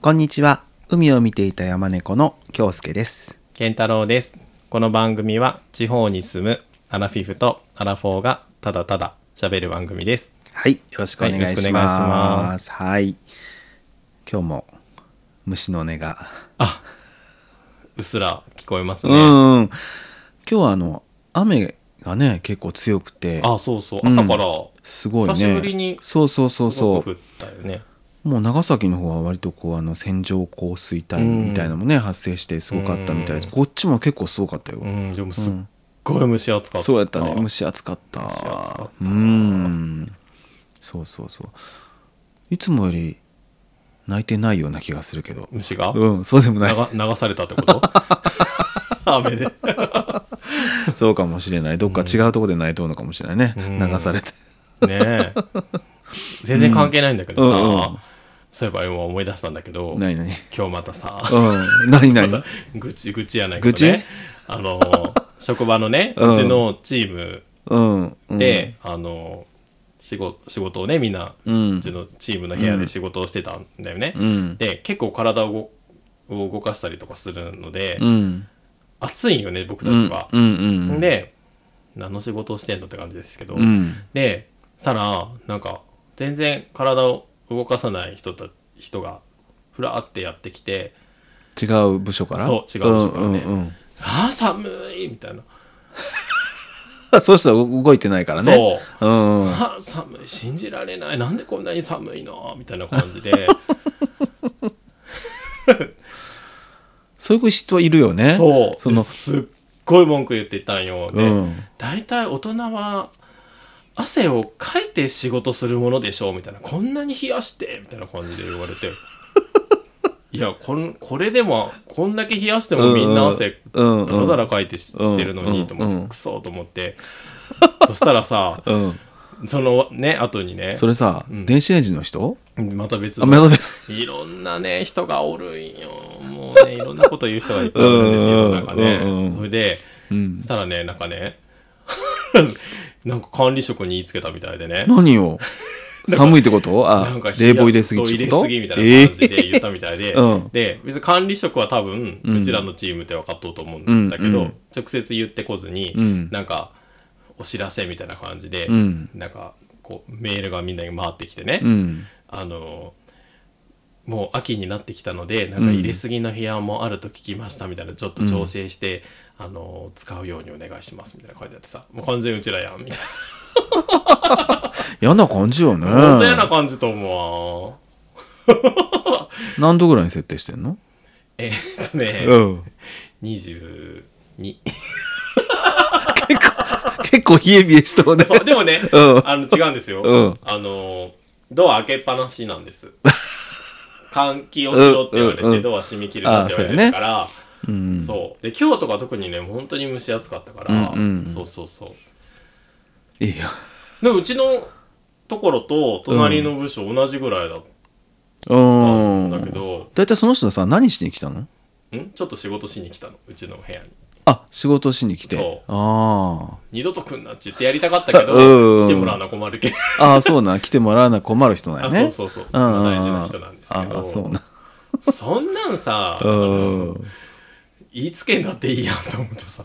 こんにちは。海を見ていた山猫の京介です。健太郎です。この番組は地方に住むアラフィフとアラフォーがただただ喋る番組です。はい、よろしくお願いします。はいよろしくお願いしますはい。今日も虫の音が。あ、うっすら聞こえますうね。ん。今日はあの、雨がね、結構強くて、あ、そうそう。朝からすごいね。久しぶりにそうそうそうすごそく降ったよね。う。もう長崎の方は割とこう、あの、線状降水帯みたいなのもね、発生してすごかったみたいです。うんこっちも結構すごかったよ。うん、でもすっごい蒸し暑かった。そうやったね蒸し暑かった蒸し暑かったうんそうそうそういつもより泣いてないような気がするけど虫がうんそうでもない流流されたってこと 雨で。そうかもしれないどっか違うとこで泣いとうのかもしれないね、うん流されてねえ。全然関係ないんだけどさ、うんうんそういえば今思い出したんだけど、何 何今日またさ、うん何ま何た愚痴愚痴やないけ愚ど痴ねあの職場のねうんうちのチームうんうんで、あの仕事仕事をねみんなうんうちのチームの部屋で仕事をしてたんだよね、うんで結構体を動を動かしたりとかするので、うん暑いんよね僕たちは、うんうんうんで何の仕事をしてんのって感じですけど、うんでたらなんか全然体を動かさない人た人がふらーってやってきて違う部署からそう違う部署からねうんうんうん「ああ寒い!」みたいな そうしたら動いてないからねそうう、んうん、は寒い信じられないなんでこんなに寒いのみたいな感じ でそういう人はいるよねそうそのですっごい文句言ってたんようでん大体、大人は汗をかいて仕事するものでしょうみたいなこんなに冷やしてみたいな感じで言われ ていやこんこれでもこんだけ冷やしてもみんな汗うんうんだらだらかいてし,、うんてるのにと思って、うんクソと思ってそしたらさうん、そのね後にねそれさ、うん電子レンジの人また別あのメドベースいろんなね、人がおるんよ。も うね、いろんなこと言う人がいっぱいいるんですうよ。んなんかねうんうん。それで、うんし、たらね、なんかね、 なんか管理職に言いつけたみたいでね。何を寒いってことなあんか冷冷や房入れすぎそっうて入れことすぎみたいな感じえで言ったみたいで、 うんで別に管理職は多分うんうちらのチームって分かっとうと思うんだけど、うんうん直接言ってこずに、うんなんかお知らせみたいな感じで、えうんなんかこうメールがみんなに回ってきてね、うんあのもう秋になってきたのでなんか入れすぎの部屋もあると聞きましたみたいな、ちょっと調整して、あの使うようにお願いしますみたいな書いてあってさもう完全にうちらやんみたい嫌な感じよねな、本当嫌な感じと思うわ何度ぐらいに設定してんの、 えーっとね、うん、 22結構冷え冷えしとうねそうでもね、 うんあの違うんですよ、うんあのドア開けっぱなしなんです換気をしろって言われうんうんうてんドア閉め切るなって言われてるから、うんそうで今日とか特にね本当に蒸し暑かったから、うんうんうんそうそうそういいよでうちのところと隣の部署同じぐらいだっうたんんだけど、大体その人はさ何しに来たのんちょっと仕事しに来たのうちの部屋にあ仕事しに来てそうあ二度と来んなっちってやりたかったけど、うん来てもらうのは困るけど、ーあーそうなん来てもらわな困る人なんあやねそうそうそう、うんうんうん大事な人なんですけあどーそうなんそんなんさ、うん言いつけんだっていいやんと思ってさ、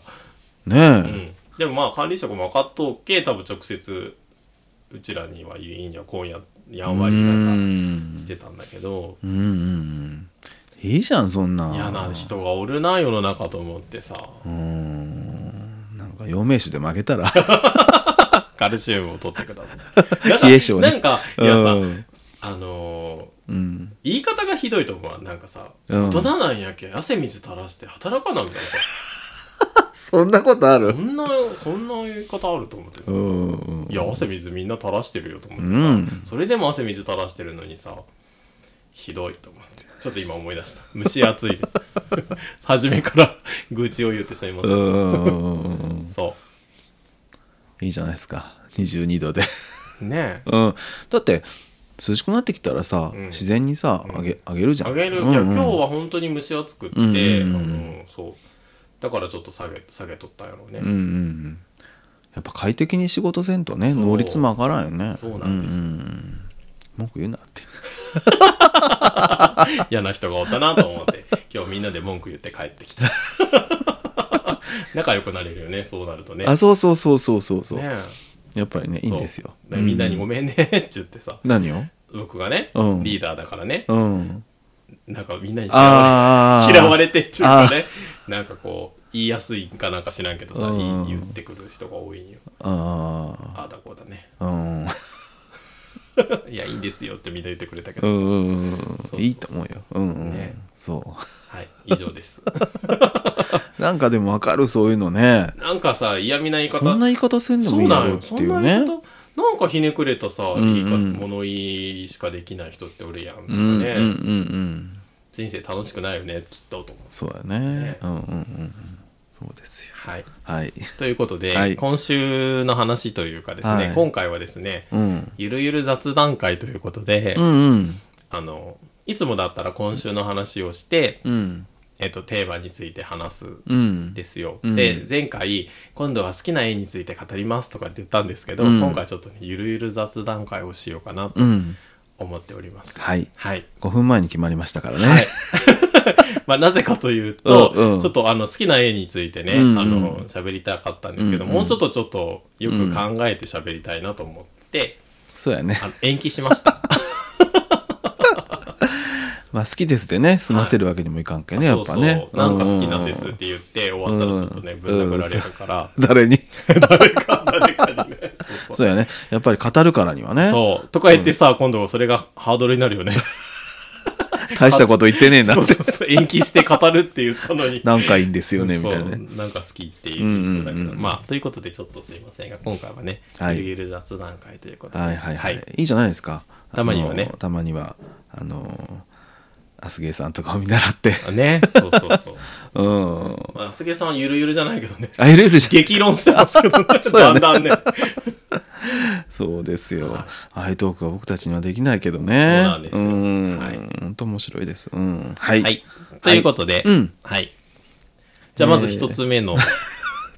ねうえ、ん、でもまあ管理職も分かっとうけ多分直接うちらには言いんや今夜やんわりなんかんしてたんだけど、うんうんうんいいじゃんそんなん嫌な人がおるな世の中と思ってさうーんなんか陽明酒で負けたらカルシウムを取ってくださいなんか 冷え性ねなんかいやさ、うんあのーうん言い方がひどいと思うわなんかさ、うん大人なんやけん汗水垂らして働かなみたいなさそんなことあそるんなそんな言い方あると思ってさ、うんうんいや汗水みんな垂らしてるよと思ってうさ、んそれでも汗水垂らしてるのにさひどいと思ってちょっと今思い出した蒸し暑い 初めから愚痴を言ってすみませ、うんんうんうんそいいじゃないですか22度でうねえうんだって涼しくなってきたらさうん自然にさあげあげるじゃんあげる、うんうんいや今日は本当に蒸し暑くって、うんうんうんあのそうだからちょっと下げ下げとったんやろうね、うんうんうんやっぱ快適に仕事せんとねそう能率も上がらんよねそうなんですんうん文句言うなって嫌な人がおったなと思って 今日みんなで文句言って帰ってきた 仲良くなれるよねそうなるとねあそうそうそうそうそうそう、ねやっぱりねいいんですよそうだからみんなに「うごめんね」って言ってさ何を僕がね、うんリーダーだからねうんなんかみんなに嫌あわれあ嫌われてっちゅうかねなんかこう言いやすいんかなんか知らんけどさ、うん言い言ってくる人が多いんよあああだこうだね あうんいやいいんですよってみんな言ってくれたけうどさ、んうんそううんいいと思うようんうん、ねそはい以上です うなんかでもわかるそういうのねなんかさ嫌味な言い方そんな言い方せんでそもいういだなろうっんよてそいんうなね言い方なんかひねくれたさ、んうんいいか物言いしかできない人っておるやん,、うんうんうんねうん人生楽しくないよねきっとと思うそうだねねうんうんうんうんそうですよはいはいということで、はい今週の話というかですね、はい今回はですねうんゆるゆる雑談会ということで、うんうんあのいつもだったら今週の話をして、うんえっと、テーマについて話すうんですよ、うんで前回今度は好きな絵について語りますとかって言ったんですけど、うん今回ちょっとねゆるゆる雑談会をしようかなとうん思っております、はいはい5分前に決まりましたからね、はいまあ、なぜかというと、うんうんちょっとあの好きな絵についてね、うんうんあの喋りたかったんですけど、うんうんもうちょっとちょっとよく考えて喋りたいなと思って、そうやねあの延期しました。まあ好きですでね済ませるわけにもいかんけ ね、やっぱねそうそうなんか好きなんですうっうて言って終わったらちょっとね、うんぶん殴られるから、誰に 誰か誰かにね。そうそうそうやねやっぱり語るからにはねそうとか言ってさ、今度それがハードルになるよね。大したこと言ってねえなっそうてそうそう延期して語るって言ったのに。なんかいいんですよねみそたういなねなんか好きっていう人だけど、うんうんうんまあということでちょっとすいませんが今回はね、はいゆるゆる雑談会ということで、はいはいはい、い、いじゃないですかたまにはねあのたまにはあのアスゲーさんとかを見習ってねそうそ うそううんまあすげさんはゆるゆるじゃないけどね あいれるじ激論してますけどねそうやねだんだんねそうゃんそうですよ、はいああいうトークは僕たちにはできないけどねなんですよ、うん、はい本当面白いですうんはい、はいということで、うんはいじゃあまず一つ目の、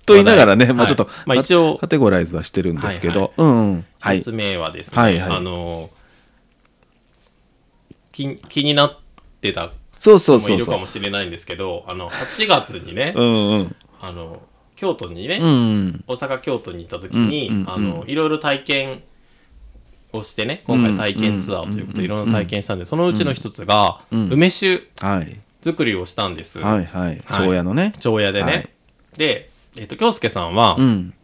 と言いながらね、はいまあちょっと、まあ一応カテゴライズはしてるんですけど、うんうんはい一つ目はですね、はいはいあの気気になってたそうそう人もそいうるそかうもしれないんですけどあの8月にね、うんうんあの京都にね、うん大阪京都に行った時に、うんうんうんあのいろいろ体験をしてね今回体験ツアーということでいろんな体験したんで、そのうちの一つが、うん梅酒はい作りをしたんです、はいはい長屋のね、長屋でね、はいで、えっと京介さんは、うん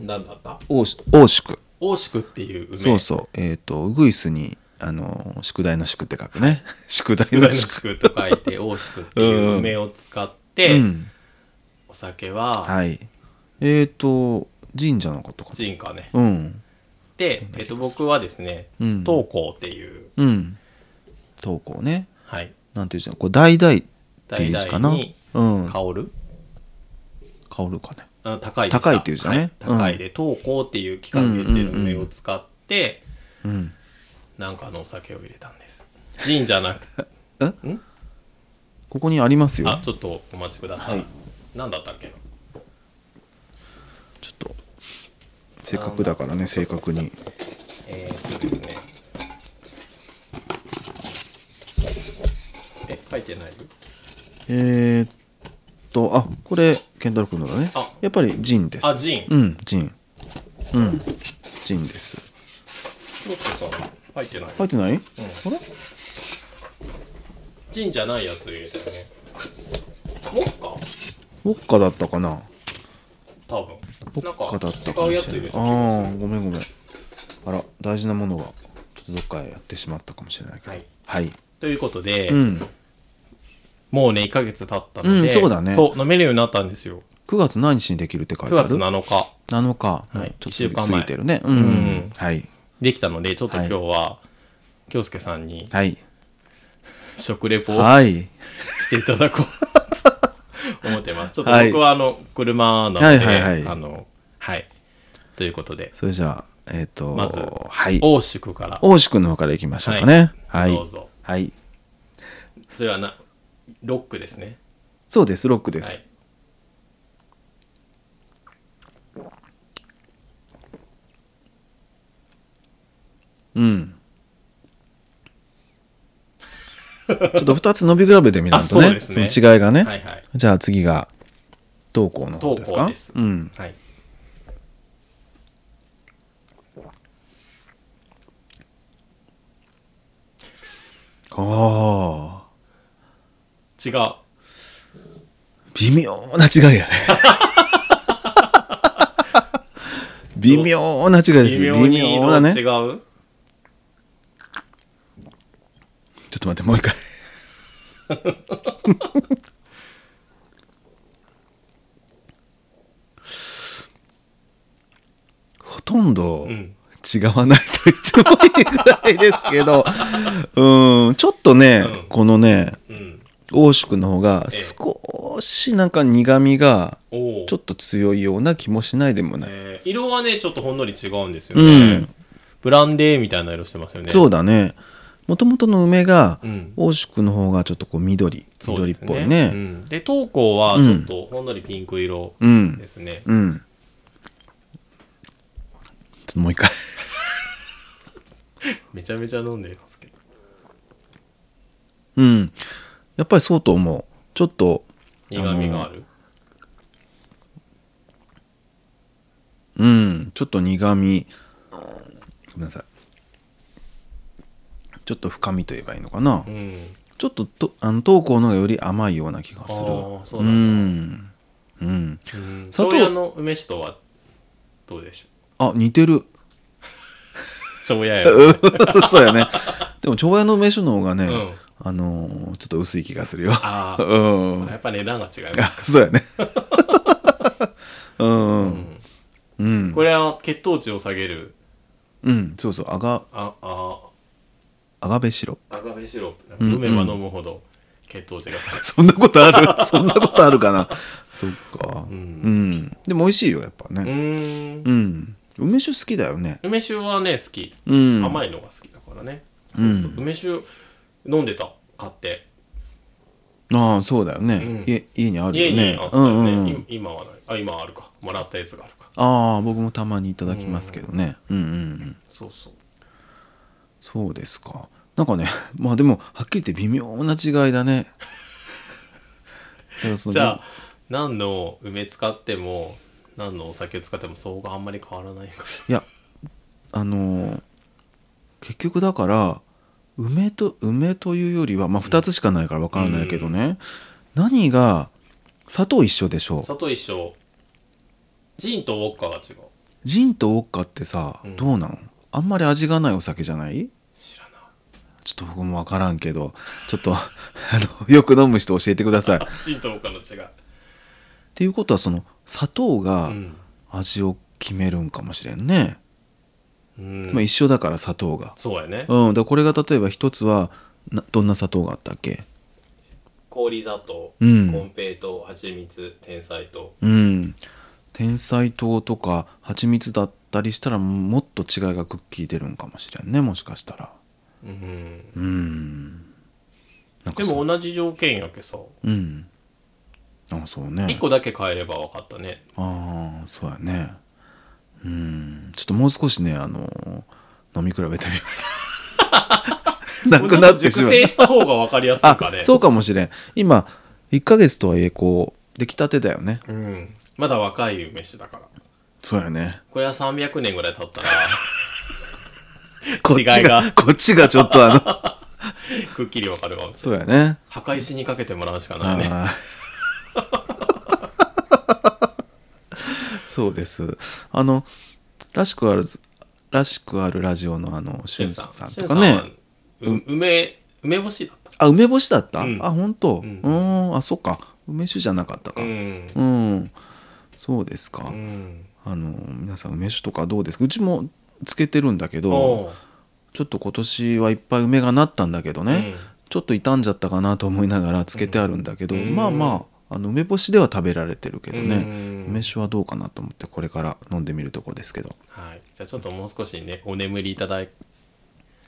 何だった大し大宿大宿っていう梅そうそうえっ、とウグイスにあの宿題の宿って書くね宿題宿題のの宿宿と書い て大宿っていう梅を使って、うん、お酒ははいえっ、と神社のことかな人かねうんで、えっと僕はですねうん東光っていう、うん東光ねはいなんていうじゃんこれ代々ってい代う字かな々にうん香る香るかねあ高い高いっていう字だねはい高いで東光っていう期間限定の梅を使って、うんなんかのお酒を入れたんですジじ ゃなくてここにありますよあちょっとお待ちください、はい何だったっけちょっとせっかくだからね正確にえー、っとですねえ書いてないえー、っとあこれ健太郎君のだねあやっぱりジンですあジン、うんジンうんジンですちょっとさ書いてない書いてない、あれジンじゃないやつ入れたよねもっかウォッカだったかな多分ウォなんッカだったかもか違うしやつれな入れいああた気がするーごめんごめんあら大事なものがちょっとどっかへやってしまったかもしれないけどはいはい、ということで、うんもうね1ヶ月経ったので、うんそうだねそう飲めるようになったんですよ9月何日にできるって書い9てある月7日7日、はいちょ一っ週と間過前ぎてるねうん、うんはいできたのでちょっと今日は京介さんにはい食レポをはいしていただこう と思ってますちょっとはい僕はあの車なので、はいはいはいあのはいということでそれじゃあえっ、とまずはい大宿から大志くんの方からいきましょうかねはい、はいどうぞそれはなロックですねそうですロックです、はいうん ちょっと2つ伸び比べてみないとあそうねですねの違いがね、はいはいじゃあ次が投稿の方ですか投稿ですうん、はいああ違うあ微妙な違い やね微妙な違いです微妙に微色妙がなね違ちょうっと待ってもう一回 ほとんど、うん違わないと言ってもいいぐらいですけど、うん、ちょっとね、うんこのね、うん欧祝の方がええ少しなんか苦みがおおちょっと強いような気もしないでもない。えー色はねちょっとほんのり違うんですようね、ん、ブランデーみたいな色してますよねそうう、だね。もともとの梅が、ん、欧祝の方がちょっとこう緑、そう緑でっすぽいうんね。で投稿はちょっとほんのりピンク色うんで、すね、うん。ちょっともう一回。めちゃめちゃ飲んでますけどうん。やっぱりそうと思う。ちょっと、苦みがあるうん、ちょっと苦み、ごめんなさい。ちょっと深みと言えばいいのかな。うんちょっととあの投稿の方がより甘いような気があする。ーそううなんだん。うん。うん砂糖長屋の梅酒とはどうでしょあ、似て る。う長屋やろそうやね。でも、長屋の名所の方がね、うんあのーちょっと薄い気がするよ。あうあん。やっぱ値段が違いまあす、そうや ね。うんう。うんんうん。これは血糖値を下げるうん、そうそう。あが、あああがべしろ。アガベシロップうん飲めば飲むほど血糖値が下が る、そんなことあ るそんなことあるかなそっか。ううんん。でも美味しいよ、やっぱうね。ーんうん。梅酒好きだよね。梅酒はね好き、うん。甘い。いのが好きだからね、うんそうそう梅酒飲んでた買ってああ、そうだようんね。家家にある家よね。にあったよね、うんうんうんい今はないあ今あるかもらったやつがあるかああ、僕もたまにいただきますけどね。うんうんうん。そうそうそうですか。なんかね、 まあでも、はっきり言って微妙な違いだ ね。だからそのじゃあ何の梅使っても何のお酒使っても相があんまり変わらないかいやあのー結局だから梅と梅というよりはまあ2つしかないから分からないけどね、何が砂糖一緒でしょら砂糖一緒ジンとウォッカが違うジンとウォッカってさ、うんどうなのあんまり味がないお酒じゃない知らなちょっと僕も分からんけどちょっと あのよく飲む人教えてください。っいジンとウォッカの違いていうことはその砂糖がうん味を決めるんかもしれんね、うんまあ一緒だから砂糖が。そうやねうん、だからこれが例えば一つはなどんな砂糖があったっけ氷砂糖うんコンペイ糖蜂蜜天才糖うん天才糖とか蜂蜜だったりしたらもっと違いがくっきり出るんかもしれんねもしかしたらうんうんなんでそうも同じ条件やけさうんあそうね1個だけ変えれば分かったねああそうやねうんちょっともう少しねあの飲み比べてみます なくなってしまもうちょと熟う成した方が分かりやすいかあねそうかもしれん今1ヶ月とはいえこう出来たてだよねうんまだ若い梅酒だからそうやねこれは300年ぐらい経っ たらこっち違いががこっちがちょっとあの くっきり分かるかもしれないそうやね破壊しにかけてもらうしかないねあー そうです。あの、らしくある、らしくあるラジオのあの、しゅんさんとかね。俊さんはう梅梅干しだったあ、梅干しだった、うんあ、本当。ううんん、ん、あ、そっか。梅酒じゃなかったか。ううん。んそうですか。うんあの、皆さん梅酒とかどうですかうちもつけてるんだけど、おうちょっと今年はいっぱい梅がなったんだけどね。うんちょっと傷んじゃったかなと思いながらつけてあるんだけど、うんまあまああの梅干しでは食べられてるけどうね、ん梅酒はどうかなと思ってこれから飲んでみるとこですけどはいじゃあちょっともう少しねお眠りいただ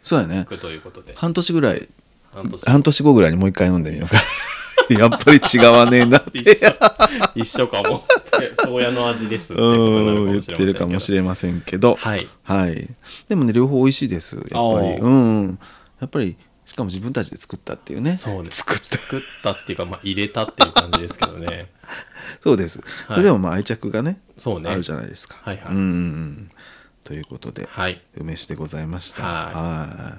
そうやねくというこ とで半年ぐらい半年半年後ぐらいにもう一回飲んでみようか やっぱり違わねえなって一 緒一緒かも長屋の味ですってことになるうん言ってるかかももししれれませんけどませんけどはいはいでもね両方美味しいですやっぱありーうんうんやっぱりしかも自分たちで作ったっていうねそうです作った作ったっていうか、まあ、入れたっていう感じですけどねそうです、はいそれでもまあ愛着がねそうねあるじゃないですかはいはいうんうんうんということではい梅酒でございましたはいはい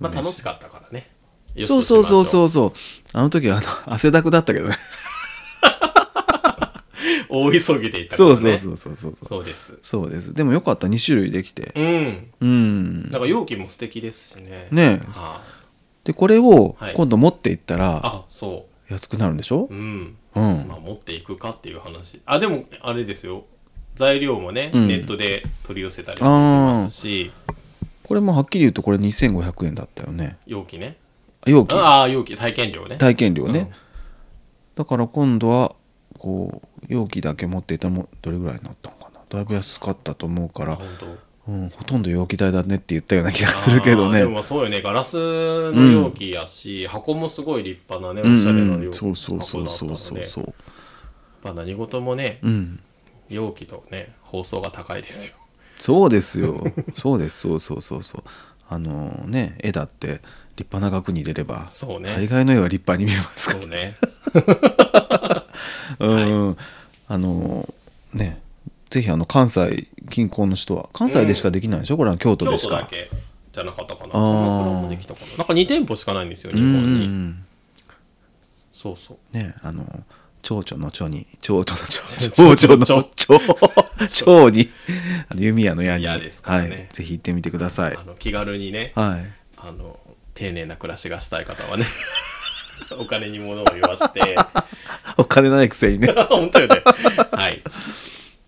まあ楽梅酒しかったからねよしそうとしそうそううそうそうあの 時はあの汗だくだった けどね大急ぎでいたからそねうそうそうそうそうそうそうですそうですでもよかった2種類できてうんうんだから容器も素敵ですしねねえはでこれをはい今度持っていったら、ああそ安くなるんでしょううんうんまあ持っていくかっていう話あでもあれですよ材料もね、うんネットで取り寄せたりもできますしこれもはっきり言うとこれ2500円だったよね容器ね容器ああ容器体験料ね体験料ね、だから今度はこう容器だけ持っていたもどれぐらいになったのかなだいぶ安かったと思うかうんら、本当うん、ほとんど容器代だねって言ったような気がするけどあーねでもまあそうよねガラスの容器やし、箱もすごい立派なねおしゃれなうんう容ん、器、そうそうそうそうそう箱だったのでそやっう、ぱ何事もねうん、容器とね包装が高いですよそうですよ そうですそうそうそうそうあのね絵だって立派な額に入れればそう大ね概の絵は立派に見えますかそうねら、うんあのねぜひあの関西近郊の人は関西でしかできないでしょ、これは京都京でし都かだけじゃなかったかなあー鎌倉もできたかななんか2店舗しかないんですよう日んうんう本にんそうそうねあの蝶々の蝶に蝶々の 蝶蝶蝶々の蝶蝶にあの弓矢の矢に矢ですからねはい、ぜひ行ってみてくださいあの気軽にねはいあの丁寧な暮らしがしたい方 はねお金に物を言わして お金ないくせにねはい本当よねはい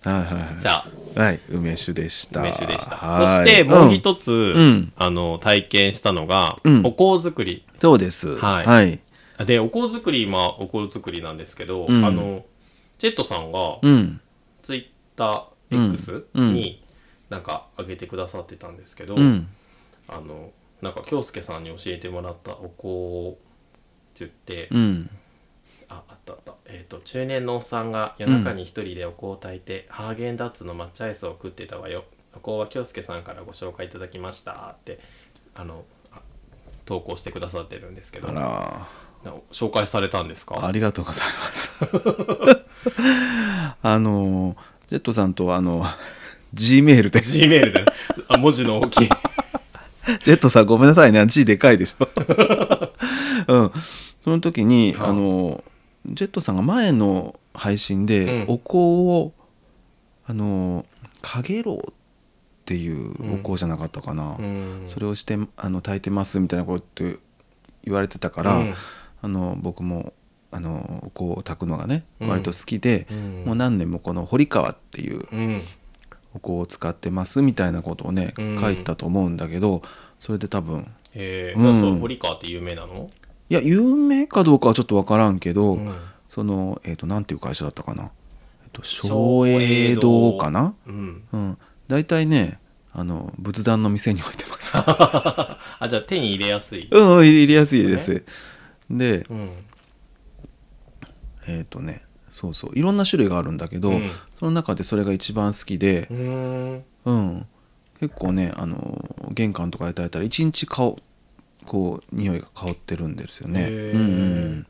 はいはじゃあいはい梅酒でした梅酒でしたそはしいてもうん一つ、んあの体験したのが、うんお香作りそうですはいはい、でお香作りまあお香作りなんですけど、うんあのジェットさんがうんツイッター X うんになんか上げてくださってたんですけど、うんあのなんか京介さんに教えてもらったお香をって言って、うんああったあった、えー、と中年のおっさんが夜中に一人でお香を炊いて、ハーゲンダッツの抹茶アイスを食ってたわよお香は京介さんからご紹介いただきましたってあのあ投稿してくださってるんですけどあらな紹介されたんですかありがとうござい ます。あの、ジェットさんとあの、G メールで、ジ G メールで あ文字の大 きいェットさんごめんなさいね、G でかいでしょ。 うん。その時に、はああの、ジェットさんが前の配信で、うんお香を、あの、かげろうっていうお香じゃなかったかな。うんそれをして、あの、炊いてますみたいなこと言われてたから、うんあの、僕も、あの、お香を炊くのがね、うん割と好きで、うんもう何年もこの堀川っていううんお香を使ってますみたいなことをね、うん書いたと思うんだけどそれで多分えーうんその堀川って有名なの、いや有名かどうかはちょっと分からんけど、うんそのえっ、となんていう会社だったかなえっと松松栄栄堂堂かなうん、 うん大体ねあの仏壇の店に置いてます あじゃあ手に入れやすい、うんうん入れやすいですでうんえっ、とねそうそういろんな種類があるんだけど、うんその中でそれが一番好きで、うーんうん、結構ねあの玄関とかで炊いたら一日香こう匂いが香ってるんですよね、へうんうーんうん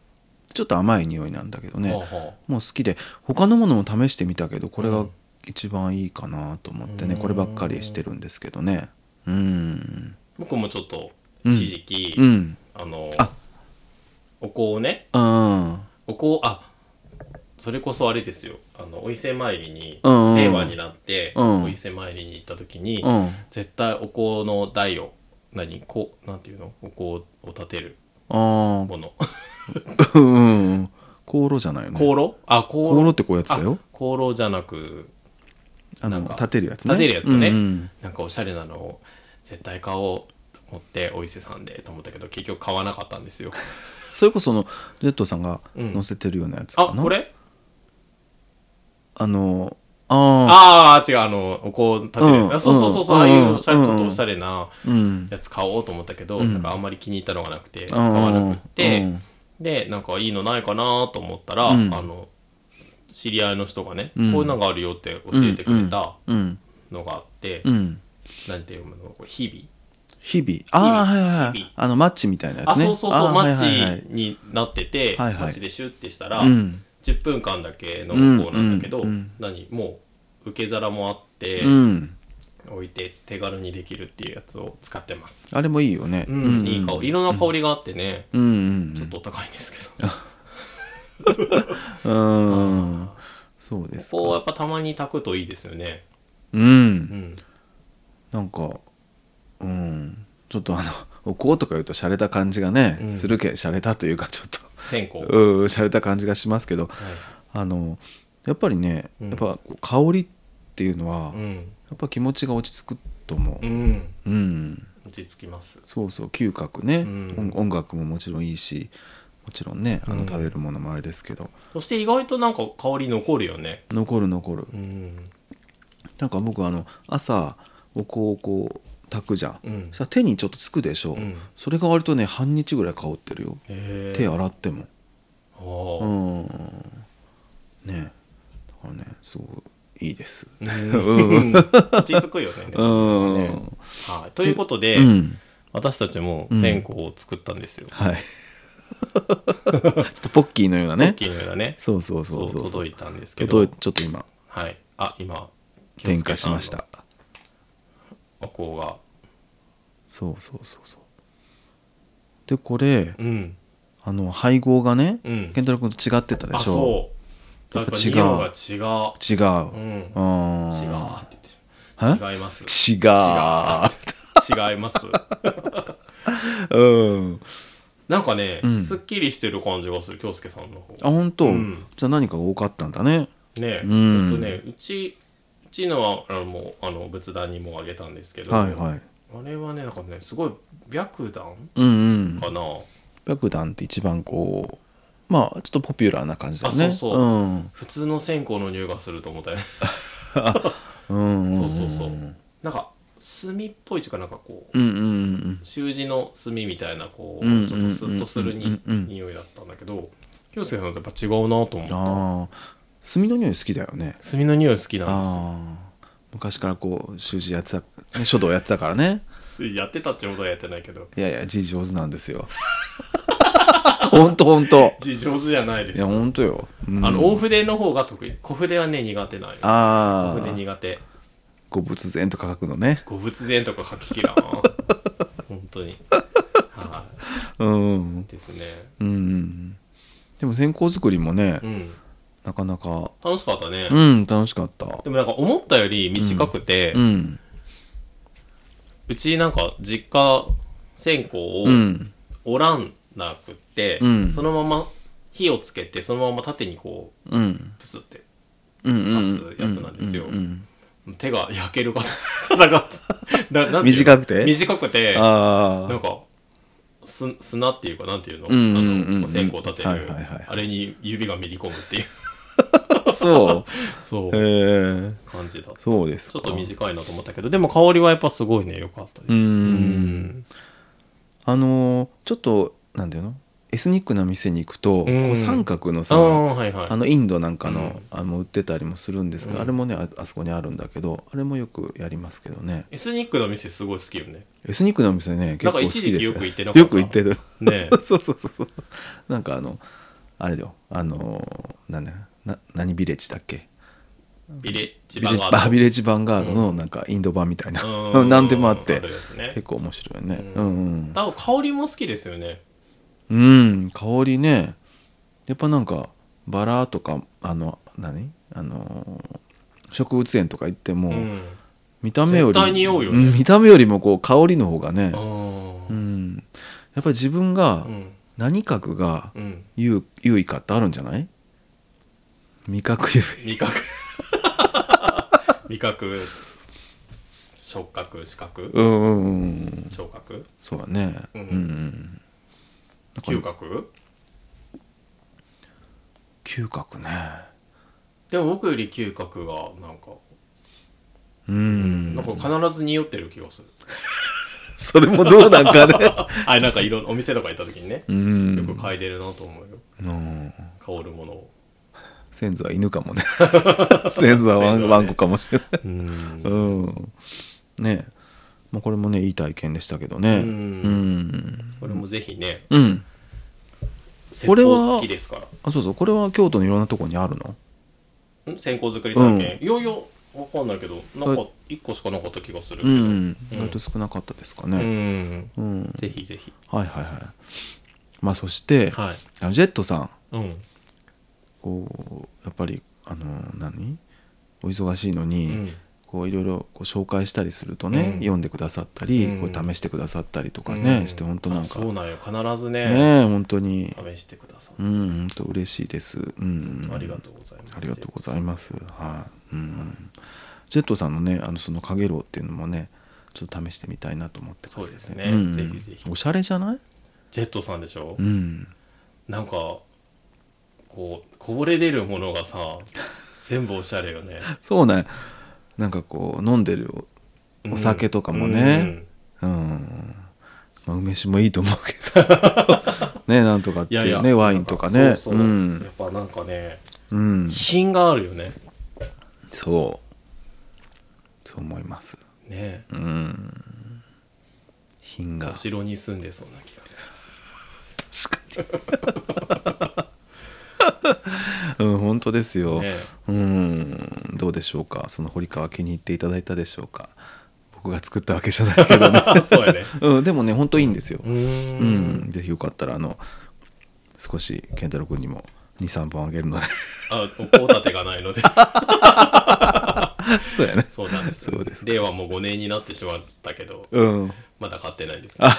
ちょっと甘い匂いなんだけどねはあはあもう好きで他のものも試してみたけどこれうがん一番いいかなと思ってね、うんこればっかりしてるんですけどねうん僕もちょっとうん一時期、うんあのあお香をねあお香あそれこそあれですよあのお伊勢参りに、うんうん令和になって、うんお伊勢参りに行った時に、うん絶対お香の台を何こうなんていうのお香を立てるあものーうんうん香炉じゃないよね香炉あ香香炉炉ってこういうやつだよあ香炉じゃなくあのなんか立てるやつね立てるやつよねうんうんなんかおしゃれなのを絶対買おうと思ってお伊勢さんでと思ったけど結局買わなかったんですよそれこそそのジェットさんがうん載せてるようなやつかあな、これあの、ああ、ああ違うあのお香立てるやうつ、んあそうそうそうそう、うんああいうおしゃれうんちょっとおしゃれなうん。やつ買おうと思ったけど、うんなんかあんまり気に入ったのがなくて、あ買ーわなくって、うんでなんかいいのないかなと思ったら、うんあの知り合いの人がね、うんこういうのがあるよって教えてくれたうん。のがあって、うん。なんて読むのこれ日々日々ああはいはいは日い々あのマッチみたいなやあつねそうそうあそうーマはいはいはいッチになっててマはいはいッチでシュッてしたらうん10分間だけの向こうなんだけどうんうん何もう受け皿もあってうん置いて手軽にできるっていうやつを使ってますあれもいいよねうん、いい香りいろんな香りがあってね、うんうんちょっとお高いんですけど、うんうんそうですここはやっぱたまに炊くといいですよねううんんなんかうんちょっとあの お香とか言うと洒落た感じがね、うんするけ洒落たというかちょっと線香、はいうん洒落た感じがしますけどあのやっぱりね、うんやっぱ香りっていうのは、うやんっぱ気持ちが落ち着くと思うんう、うん、落ち着きますそうそう嗅覚ね、うん音音楽ももちろんいいしもちろんねあうのん食べるものもあれですけど、そして意外となんか香り残るよね残る残るうんなんか僕あの朝お香をこう炊くじゃん、うんそしたら手にちょっとつくでしょ、うんそれが割とね半日ぐらい香ってるよへえ手洗ってもあーうんねだからねすごいいいですうん落ち着くよね。でうもん、ねはい、ということで、うん私たちも線香を作ったんですよ。はい ちょっとポッキーのようなね大きいのがね、そうそうそそうそううそう届いたんですけど、届いちょっと今はい、あ今点火しまし。たお香が、そうそうそうそうでこれうんあの配合がねうん。健太郎君と違ってたであしょそう。なやっんかぱ違う色が違違う。ううん。違うってうん言ってる違い ます。違う違います。うんなんかね、うんすっきりしてる感じがする京介さんの方。あ本当、うんじゃあ何かが多かったんだねね、うんほんとねうちうちのはあのもうあの仏壇にもあげたんですけど、はいはいあれはねなんかねすごい白檀うんうんかな、白檀って一番こうまあちょっとポピュラーな感じだよねあそうそううん普通の線香の匂いがすると思ったようんんんそうそうそうなんか炭っぽいというかなんかこううんうんうん習字の炭みたいなこううんちょっとスッとするにうんうんうんうん匂いだったんだけど京介さんとやっぱ違うなと思ったああ炭の匂い好きだよね炭の匂い好きなんでああ昔からこう習字やってたね書道やってたからねすやってたってことはやってないけどいやいや字上手なんですよ ほんとほんと字上手じゃないでいすやあほんとよ、うんの大筆の方が得意小筆はね苦手なんよあ小筆あ苦手ご仏前とか書くのねご仏前とか書ききらん 本当にはうんいですねうんでも線香作りもね、うんなかなか楽しかったね、うん楽しかったでもなんか思ったより短くて、ううんちなんか実家線香をうん折らんなくって、うんそのまま火をつけてそのまま縦にこううんプスってうんうん刺すやつなんですよううん手が焼けるかと なんかななんていうの短くて短くてあなんあかす砂っていうかなんていうの,、うんうんうんうんあの線香を立てる、はいはいはいあれに指がめり込むっていう そそううへえ感じだったそうですちょかっと短いなと思ったけどでも香りはやっぱすごいね良かったですうんうんあのーちょっとなんだよなエスニックな店に行くと、うんこう三角のあさあはいはいあのインドなんかの,、うんあの売ってたりもするんですけど、うんあれもねああそこにあるんだけどあれもよくやりますけどねエスニックの店すごい好きよねエスニックのお店ね結なん構か好きです一時期よく行ってなかったよく行ってるね そうそうそうそうなんかあのあれだよあのーなんだな何ビレッジだっけビレッジビバレーガーあとビレッジヴァンガードのなんかインド版みたいな、うん なんでもあってるやつね結構面白いねううんんうん、多分香りも好きですよねうん、香りねやっぱなんかバラとかあの何あのー植物園とか行っても、うん見た目より絶対に酔うよねうん見た目よりもこう香りの方がねあ、うーん、やっぱり自分がうん何角がうん優優位かってあるんじゃない味覚優位 味覚味覚触覚視覚うんうんうんうん聴覚そうだねううんんうんだから嗅覚嗅覚ねでも僕より嗅覚がなんかうなんんか必ず匂ってる気がするそれもどうなんか ねあれなんかいろんお店とか行った時にねうよくん嗅いでるなと思うようん香るものを先祖は犬かもね 先祖はワン先祖はねワンコかもしれないうんうんねまあ、これもねいい体験でしたけどねううんん、これもぜひねうん、先これは行付きですからあそうそうこれは京都のいろんなとこにあるのん線香作り体験、いよいよわかんないけどなんかは1個しかなかった気がするけうどん意外と少なかったですかうねんうん、ぜひぜひはいはいはいまあそして、はいあのジェットさんうんこうやっぱりあの何お忙しいのうに、んこういろいろこう紹介したりするとね、うん読んでくださったり、うんこう試してくださったりとかね、うんして本当なんかあそうなんよ必ずねねえ本当に試してください、うん本当嬉しいです、うん、ありがとうございますありがとうございますはい、うん、ジェットさんのねあのそのかげろうっていうのもねちょっと試してみたいなと思ってますそうですねぜひぜひおしゃれじゃないジェットさんでしょ、うんなんかこうこぼれ出るものがさ全部おしゃれよねそうねなんかこう飲んでる お酒とかもね、うん、まあ、梅酒もいいと思うけ どねなんとかっていいうやねいやワインとかねそうそう、うんやっぱなんかねうん、品があるよねそうそう思いますねうん品がお城に住んでそうな気がす確かにうん本当ですよ、るね うんどうでしょうかその堀川気に入っていただいたでしょうか僕が作ったわけじゃないけどね、 そうやねうん、でもね本当いいんですよう、ーうんん、ぜひよかったらあの少し健太郎君にも23本あげるので あお立てがないので そうやねそうなんですそうです令和も5年になってしまったけどうんまだ買ってないです、あ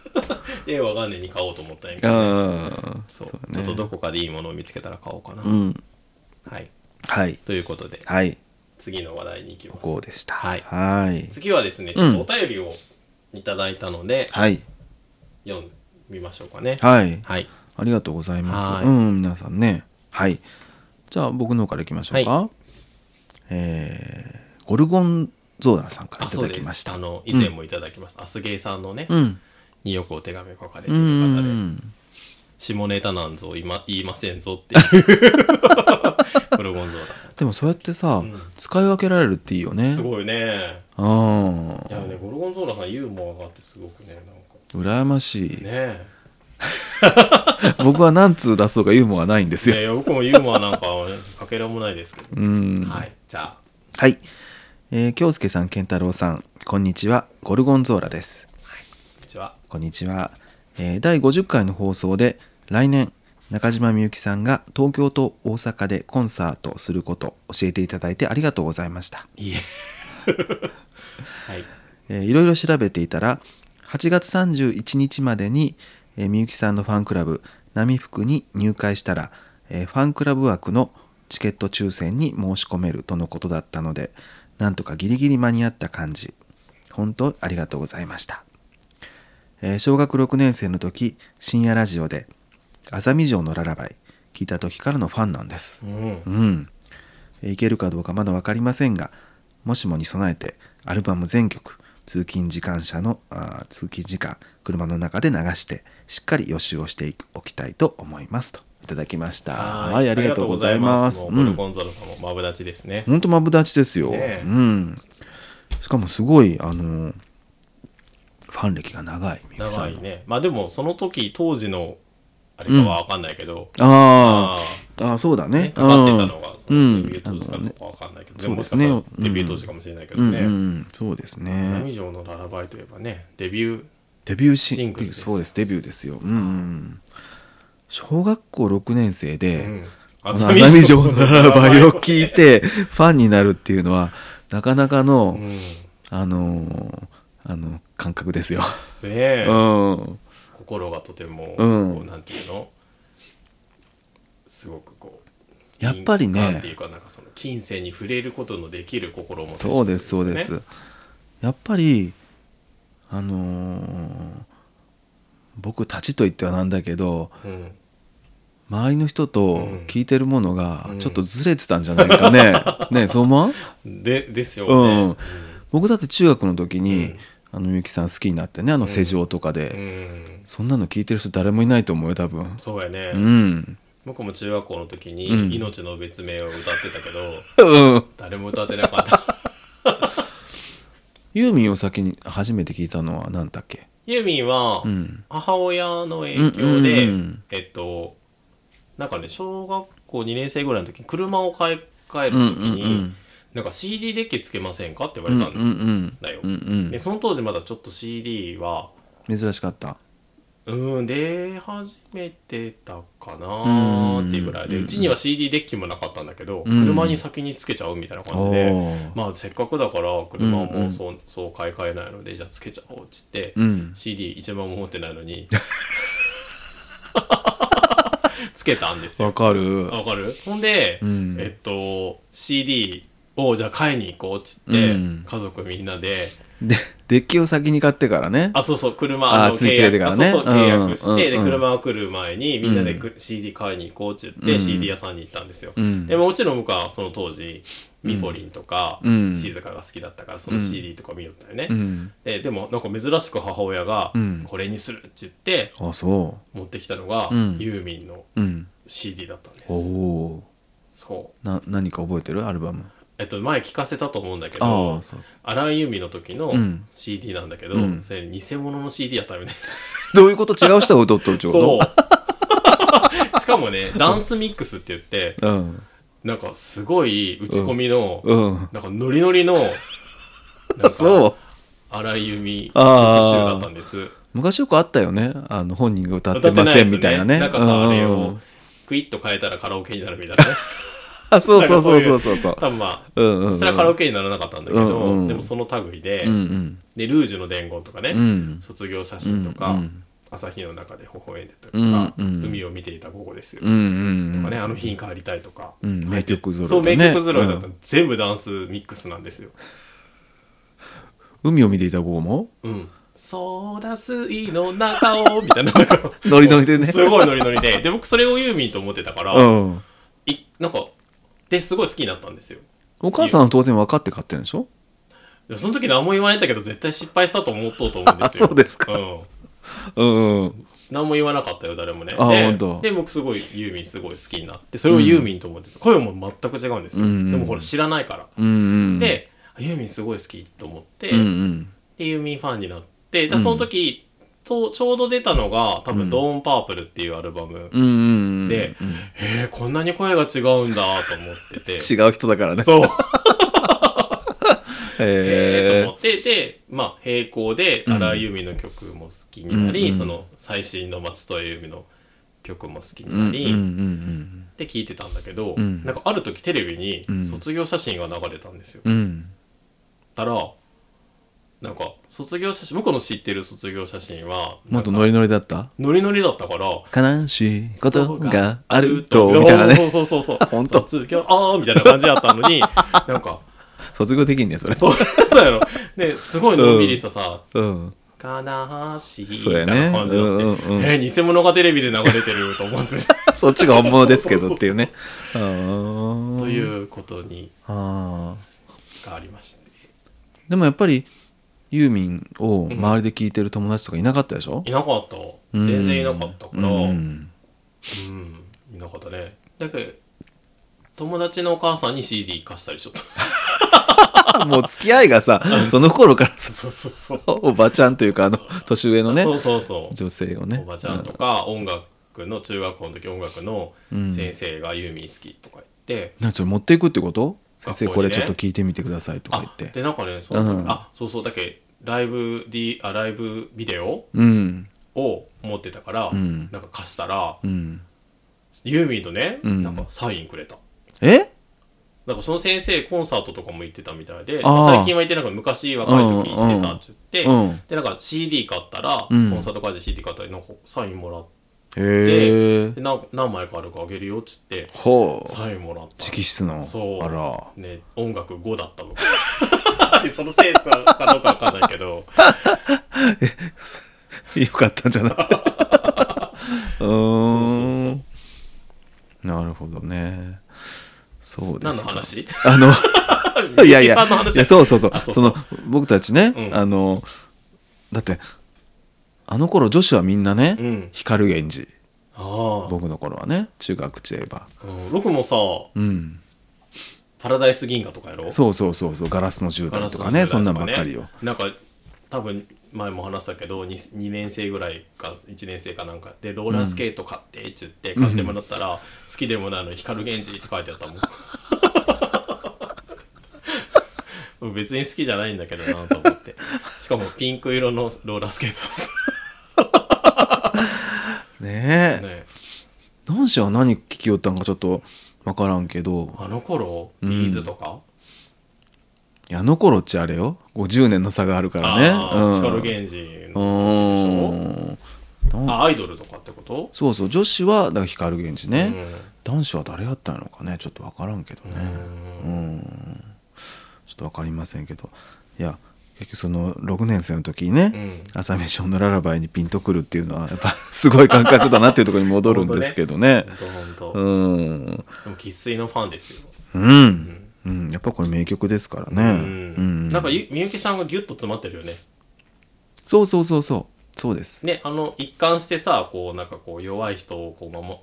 令和元年に買おうと思ったんやけどあそうそうねちょっとどこかでいいものを見つけたら買おうかな、うんはいはいということではい次の話題に行きまこすこでしたはいはい次はですねちうょんっとお便りをいただいたので、はい読みましょうかねはいはいありがとうございまはす。いうん、皆さんね。はい。じゃあ僕の方からいきましょうか。えーゴルゴンゾーダさんからいあたそうだできすました。あうの以前もいただきました、アスゲイさんのね、ん。によくお手紙を書かれてういるん方で、下ネタなんぞ今言いませんぞっていう ブルゴンゾーダさでもそうやってさ、うん使い分けられるっていいよね。んすごいねああいやねゴルゴンゾーラさんユーモアがあってすごくねなんか羨ましい、ね僕は何通出そうかユーモアないんですえよ。いや僕もユーモアなんかはかけらもないですけど、うん。はいじゃあはい。えー京介さん、健太郎さん、こんにちは。ゴルゴンゾーラです。こんにちはこんにちは、えー第50回の放送で来年中島みゆきさんが東京と大阪でコンサートをすることを教えていただいてありがとうございました、いいえ はいえーいろいろ調べていたら8月31日までに、えーみゆきさんのファンクラブ波服に入会したら、えーファンクラブ枠のチケット抽選に申し込めるとのことだったのでなんとかギリギリ間に合った感じ本当ありがとうございましたえー小学6年生の時深夜ラジオで「浅見城のララバイ」聞いた時からのファンなんですうんうんえーいけるかどうかまだ分かりませんがもしもに備えてアルバム全曲通勤時間車のあー通勤時間車の中で流してしっかり予習をしておきたいと思いますといただきましたはいありがとうございますあうりがとうございもうゴルんゴンゾーラさんもマブダチですね、ほんとマブダチですよ、ねえうんしかもすごいあのーファン歴が長いみゆきさ長んのいねまあでもその時当時のあれかは分かんないけど、あああああそうだあ、ね、ねかかってたのがそうんのデビュー当時かどうかわかんないけんど、でももしかそうしたらですねデビュー当時かもしれないけどうんうんうねんそうです「波、ね城のララバイ」といえばねデビューデビューシシングルですそうですデビューですようんうんうん小学校6年生うでん「花見城のララバイ」を聞い てファンになるっていうのはなかなかうのんあのーあの感覚ですよですねうん心がとても、うんこうなんていうのすごくこうやっぱりね敏感っていうかなんかその近世に触れることのできる心もそうですそうでよすねやっぱりあのー僕たちと言ってはなんだけどうん周りの人とうん聞いてるものがうんちょっとずれてたんじゃないか ね。ねえそう思わんでですようんね。僕だって中学の時に、うんあのみゆきさん好きになってねあの世情とかで、うんそんなの聞いてる人誰もいないと思うよ多分。そうやね、うん。僕も中学校の時にうん「命の別名」を歌ってたけど、うん誰も歌ってなかったユーミンを先に初めて聞いたのは何だっけユーミンはうん母親の影響で、うんうんうんえっとなんかね小学校2年生ぐらいの時に車を買い替えるうん時うんに、うんなんか CD デッキつけませんかって言わうれんうたんだよ、んうんうんでその当時まだちょっと CD はうん珍しかったうん出始めてたかなーっていうぐらいでうんうんうんうんうちには CD デッキもなかったんだけど、うん車に先につけちゃうみたいな感じおで、ーまあせっかくだから車うんうもんそう,、そう買い替えないのでじゃあつけちゃおうっつって、うん CD 一番も持ってないの につけたんですわよ。かるわかるほんで、うんえっと CD をじゃあ買いに行こうっつって、うん家族みんなででデッキを先に買ってからねあそうそうあ車のつい契てるから約ねあそうそう契約して、うんうんでうん車が来る前にみんなでく、う CD 買いに行こうっつって、うん CD 屋さんに行ったんですよ、うんでももちろん僕はその当時ミポリンとか、うん静香が好きだったからその CD とか見よったよね、うんででもなんか珍しく母親がうん「これにする」って言ってあそ持ってきたのが、うんユーミンのううん CD だったんですおおそうな何か覚えてるアルバムえっと前聞かせたと思うんだけあどあそうアラン・ユーミンの時のうん CD なんだけど、うんそれ偽物の CD やったみたいなどういうこと違う人が歌っとるちょうそどう しかもねダンスミックスって言ってうんなんかすごい打ち込みの、うんなんかノリノリのあそう荒井由実あ特ー集だったんです昔よくあったよねあの本人が歌ってませんみたいなね歌ってないやつなんかさ、あれうんうんうをんクイッと変えたらカラオケになるみた いなねあそうそうそうそうそうそう多分まあうんうんうんそれはカラオケにならなかったんだけど、うんうんでもその類で、うんでルージュの伝言とかね、うんうん卒業写真とか、うん朝日の中で微笑んでたとか、うんうん海を見ていた午後ですよ、うんうんうとんかね、あの日に帰りたいとか、うん入って名曲揃いそうだね名曲揃いだった、全部ダンスミックスなんですよ。海を見ていた午後もうん、ソーダ水の中をみたいななんか ノリノリでねすごいノリノリでで僕それをユーミンと思ってたから、うんいなんかですごい好きになったんですよ。お母さんは当然分かって買ってるんでしょでその時何も言われたけど絶対失敗したと思っとうと思うんですよ。あそうですかうんうんうん何も言わなかったよ誰もねあで本当で僕すごいユーミンすごい好きになってそれをユーミンと思ってた、声も全く違うんですよ、うんうんでもほら知らないから、うんうんでユーミンすごい好きと思って、うんうんでユーミンファンになってだその時、とちょうど出たのが多うん分「ドーンパープル」っていうアルバム、うんうんうんでうんえー、こんなに声が違うんだと思ってて 違う人だからねそうえへー、と思ってで、まあ、並行で荒井由実の曲も好きになり、うんその最新の松任谷由実の曲も好きうんううになんんり、うんって聞いてたんだけど、うんなんかある時テレビにうん卒業写真が流れたんですよ。うんたらなんか卒業写真僕の知ってる卒業写真はもっとなんかノリノリだったノリノリだったから。悲しいことがあるととみたいなねそうそうそうそう 本当卒業ああみたいな感じだったのになんか卒業できんね それそうそうやろですごいのんびりしたさ、うん悲しいそうみたやいねな感じだって、うんうんうんえー偽物がテレビで流れてると思ってそっちが本物ですけどっていう ねうんということにあーがありましてでもやっぱりユーミンを周りで聞いてる友達とかいなかったでしょい、なかった全然いなかったから、うんうん、いなかったね。だけど、友達のお母さんに CD 貸したりしとった。もう付き合いがさその頃からさ そうそうそう。おばちゃんというかあの年上のねそうそうそう。女性をねおばちゃんとか、音楽の中学校の時音楽のうん先生がユーミン好きとか言って、なんかそれ持っていくってこと先生学こ校にれちねょっと聞いてみてくださいとかあ言ってで、なんかね、その時うんあそうそう、だけどライブ D あ、ライブビデオうんを持ってたから、うんなんか貸したら、うんユーミンのね、うんなんかサインくれた。えなんかその先生コンサートとかも行ってたみたいで、あー最近は行ってないから昔若い時行ってたって言って、うんへでなんか CD 買ったら、うんコンサート会で CD 買ったらなんかサインもらっえて何何枚かあるかあげるよっつってほうサインもらった直筆のそうあら ね音楽5だったのそのせいかどうかわかんないけどよかったんじゃ ないうそうーそんうなるほどねそうそうで何のすか話あ のいやいやさんの話いやそうそうそうあそうそそうの僕たちね、うんあのだってあの頃女子はみんなね、うん光源氏ああ、僕の頃はね中学生はうん、僕もさうんパラダイス銀河とかやろそうそうそうそうガラスの絨ガラ毯スとのかね時代そんなんばっかりよなんか多分前も話したけど 2, 2年生ぐらいか1年生かなんかでローラースケート買ってって言って買ってもらったら、好きでもないのに光源氏って書いてあった もんもう別に好きじゃないんだけどなと思ってしかもピンク色のローラースケートですねえ、ね男子は何聞きよったんかちょっと分からんけどあの頃ビーズとか、いやあの頃っちあれよ50年の差があるからねああ、う光ん源氏うの、ーんなんあアイドルとかってことそうそう女子はだから光源氏ね、うん男子は誰やったのかねちょっと分からんけどねううんんちょっと分かりませんけどいや結局その6年生の時にね、うん朝飯をのララバイにピンとくるっていうのはやっぱ すごい感覚だなっていうところに戻るんですけどねほんとほんとう。んでも生粋のファンですよ。うん、うん、やっぱこれ名曲ですからねううんんなんかゆみゆきさんがギュッと詰まってるよね。そうそうそうそうそうですね、あの一貫してさ、こうなんかこう弱い人をこう守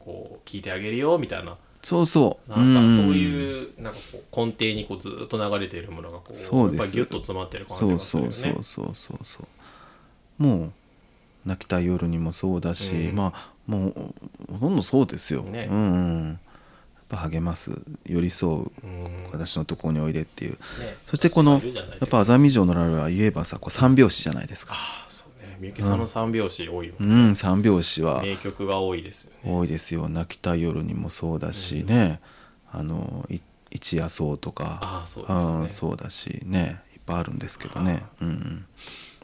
こう聞いてあげるよみたいな、そうそうなんかそううんいう、なんかこう根底にこうずっと流れているものがこうそうですやっぱりギュッと詰まってる感じそがうするそようね。そうそうそうそうもう「泣きたい夜」にもそうだし、うんまあもうほとんどそうですよ、ねうんうんやっぱ励ます寄り添ううんね、私のところにおいでっていうそそしてこのいるじゃないでやすかっぱ「あざみ城のラルは言えばさこう三拍子じゃないですかああそうね、みゆきさんの三拍子多いよ、うん三拍子は名曲が多いですよね。多いですよ「泣きたい夜」にもそうだしね、あのい一夜草とかああそうですねああそうだしねいっぱいあるんですけどね、うんうん、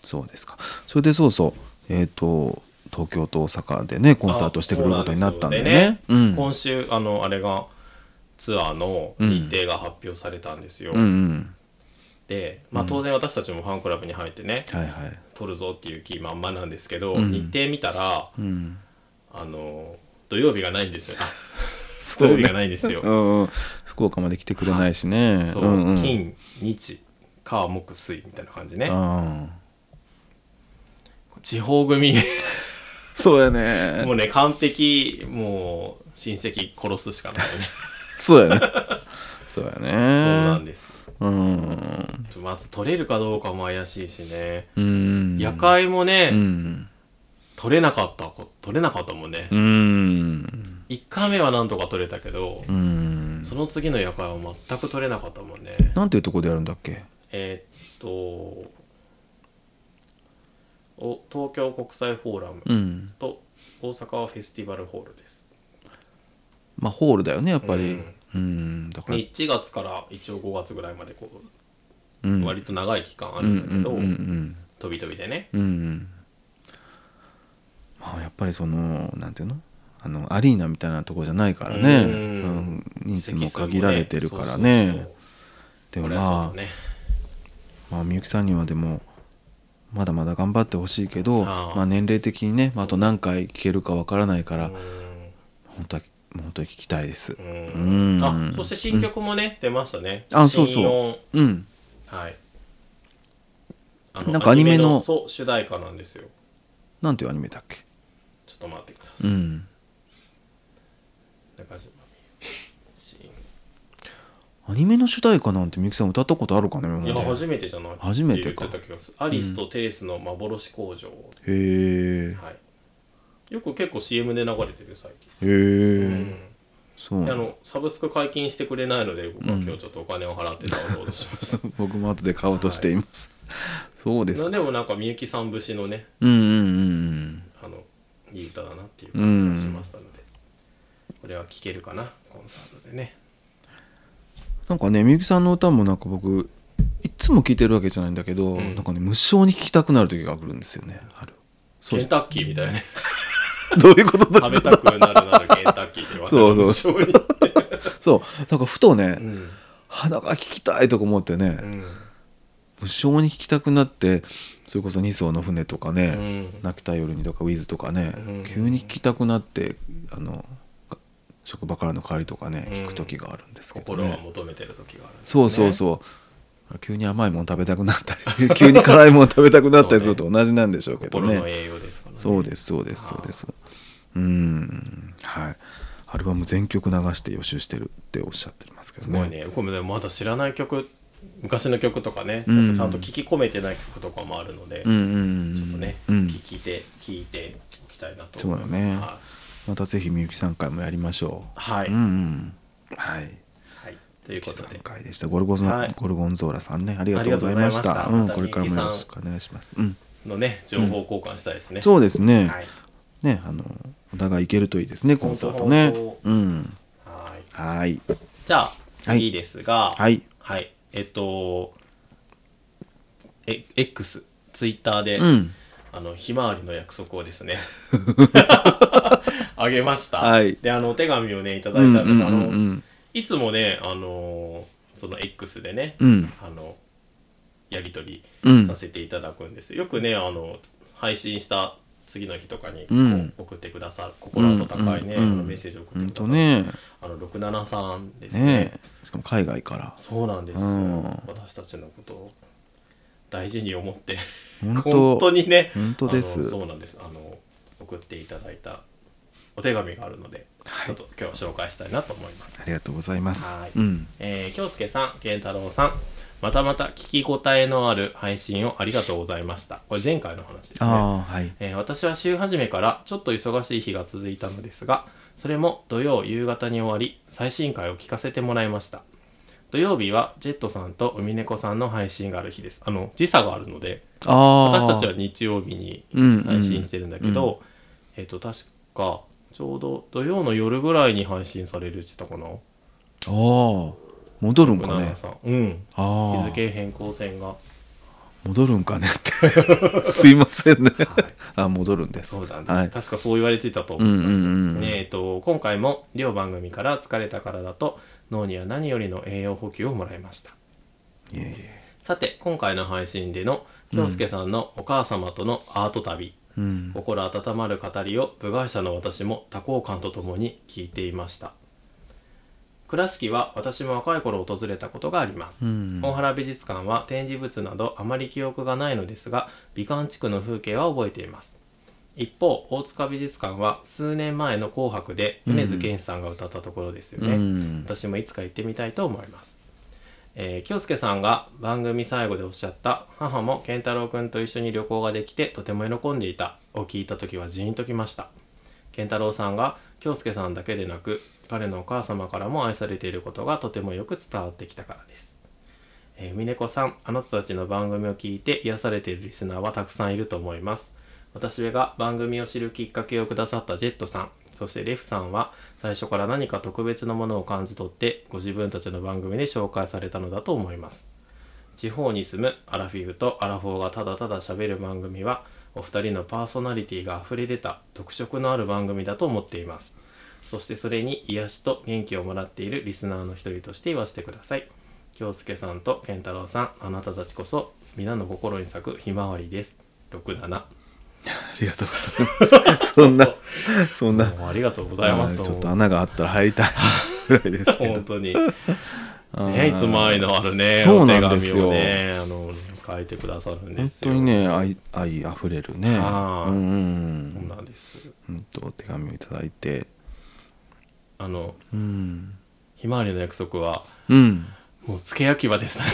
そうですかそれでそうそうえっ、と東京と大阪でねコンサートしてくれることになったんでねそうなんですよでうんね今週あのあれがツアーの日程が発表されたんですよ、うんうんで、まあ、当然私たちもファンクラブに入ってね、はいはい撮るぞっていう気満々なんですけど、うん日程見たらうんあの土曜日がないんですよそ 土曜う日ねがないんですようんうん福岡まで来てくれないしねそう、んん金日火木水みたいな感じねああ地方組 そうやねもうね完璧もう親戚殺すしか ないねそう やねそうやねそうなんですうんまず取れるかどうかも怪しいしね、うん夜会もね、うん取れなかったこ取れなかったもんね、うん一1回目はなんとか取れたけど、うんその次の夜会は全く取れなかったもんねなんていうとこでやるんだっけえーっとお東京国際フォーラムうんと大阪はフェスティバルホールですまあホールだよねやっぱりうん、だから、 1月から一応5月ぐらいまでこううん、割と長い期間ああるんだけど、うんうん飛び飛びでねうんうん、うんまあやっぱりそのなんていうのあのアリーナみたいなとこじゃないからね、ううんん、人数も席数ね限られてるからねそうそうそうでこもれはまそうあ、だねまあみゆきさんにはでもまだまだ頑張ってほしいけどああまあ、年齢的にね、まあ、あと何回聞けるかわからないから、う本当はもう本当に聞きたいですんうんうんあそして新曲もね、出ましたねあそうそう新音うんはい。あなんかアニメのそう主題歌なんですよ。なんていうアニメだっけちょっと待ってくだうさい。ん中島みゆきシーアニメの主題歌なんてみゆきさん歌ったことあるかね今ンまいやで初めてじゃない初めてかって言ってた気がするアリスとテレスの幻工場、へえはい、よく結構 CM で流れてるよ最へ近、えうんそうであなののサブスク解禁してくれないので僕は今日ちょっとお金を払ってダウンロードしま した、 僕も後で買おうとしています、そうですなかでもなんかみゆきさん節のねうんうんうんあのいい歌だなっていう感じがしましたので、これは聴けるかなコンサートでねなんかねみゆきさんの歌もなんか僕いつも聴いてるわけじゃないんだけど、んなんかね無性に聴きたくなる時が来るんですよねある そうケンタッキーみたいなね どういうことだ食べたくなるならケンタッキーでそうそうそう、そうなんかふとね、うん鼻が聴きたいとか思ってね、うん無性に聴きたくなってそれこそ2艘の船とかね、うん、泣きたい夜にとかウィズとかね、うん急に聴きたくなってあのか職場からの帰りとかねう聴んく時があるんですけど、ね心は求めてる時があるんですねそうそうそう、急に甘いもの食べたくなったり 急に辛いもの食べたくなったりすると同じなんでしょうけど心のね栄養ですからねそうですそうですそうですうーんはいアルバム全曲流して予習してるっておっしゃってますけどすねごいね、これでもまだ知らない曲昔の曲とかね、うんやっぱちゃんと聴き込めてない曲とかもあるので、うんうんうんちょっとね、うん、聞いて聞いておきたいなと思いますそうだねまたぜひみゆきさん会もやりましょうはい、うんうんはいはい、ということで3回でしたゴルゴゾ、はいゴルゴンゾーラさんねありがとうございましたありがとううん、ございましたまたこれからもよろしくお願いします、うん、のね情報交換したいですね、そうですね、はいねあのお互い行けるといいですねコンサートね本当うんはいはいじゃあはい次ですが、はいいえっとえ X ツイッターで、うんあのひまわりの約束をです ねあげました、はいであのお手紙をねいただういんたうんんうですあのんいつもねあのその X でね、うんあのやり取りうんさせていただくんですよ。よくね、あの、配信した次の日とかにこうんう送ってくださる、心温かいね、うんうんうんあのメッセージをう送っんてくとださる、ねあの、67さんですねねしかも海外からそうなんですうよ、ん私たちのことを大事に思って、本本当当にね、本当ですあのそうなんです。あの、送っていただいたお手紙があるので、はいちょっと今日紹介したいなと思いますあ。りがとうございますはいうんえー、京介さん、健太郎さん、またまた聞き応えのある配信をありがとうございました。これ前回の話ですね。ああはいえー私は週初めからちょっと忙しい日が続いたのですが、それも土曜夕方に終わり、最新回を聞かせてもらいました。土曜日はジェットさんと海猫さんの配信がある日です。あの、時差があるので、ああ私たちは日曜日にうんうん配信してるんだけど、えっ、と、確か、ちょうど土曜の夜ぐらいに配信されるって言ったかな。ああ戻るんか船ね原さん。うん。ああ日付変更線が、は戻るんかねって すいませんねい、あ戻るんですそうなんです、はい確かそう言われてたと思います、うんうんうんねえっと今回も両番組から疲れた体と脳には何よりの栄養補給をもらいましたいえいえさて今回の配信での京介さんのお母様とのアート旅、うん心温まる語りを部外者の私も多幸感とともに聞いていました倉敷は私も若い頃訪れたことがあります、うん大原美術館は展示物などあまり記憶がないのですが美観地区の風景は覚えています一方大塚美術館は数年前の「紅白」でうん米津玄師さんが歌ったところですようね、ん私もいつか行ってみたいと思います、えー、京介さんが番組最後でおっしゃった母も健太郎くんと一緒に旅行ができてとても喜んでいたを聞いた時はジーンときました健太郎さんが京介さんだけでなく彼のお母様からも愛されていることがとてもよく伝わってきたからです、えー、海猫さんあなたたちの番組を聞いて癒されているリスナーはたくさんいると思います私が番組を知るきっかけをくださったジェットさんそしてレフさんは最初から何か特別なものを感じ取ってご自分たちの番組で紹介されたのだと思います地方に住むアラフィフとアラフォーがただただ喋る番組はお二人のパーソナリティが溢れ出た特色のある番組だと思っていますそしてそれに癒しと元気をもらっているリスナーの一人として言わせてください京介さんと健太郎さんあなたたちこそ皆の心に咲くひまわりです67 ありがとうござい ますそんなそんなもうありがとうございますあーちょっと穴があったら入りたい ぐらいですけど本当にあね、ーいつも愛のあるね、そうなんですよお手紙をね、あの、書いてくださるんで本すよ。当に。ね愛愛あふれるねはういんうそうんなんです。うんとお手紙をいただいてあの、うんひまわりの約束は、うんもう付け焼き場でしたね。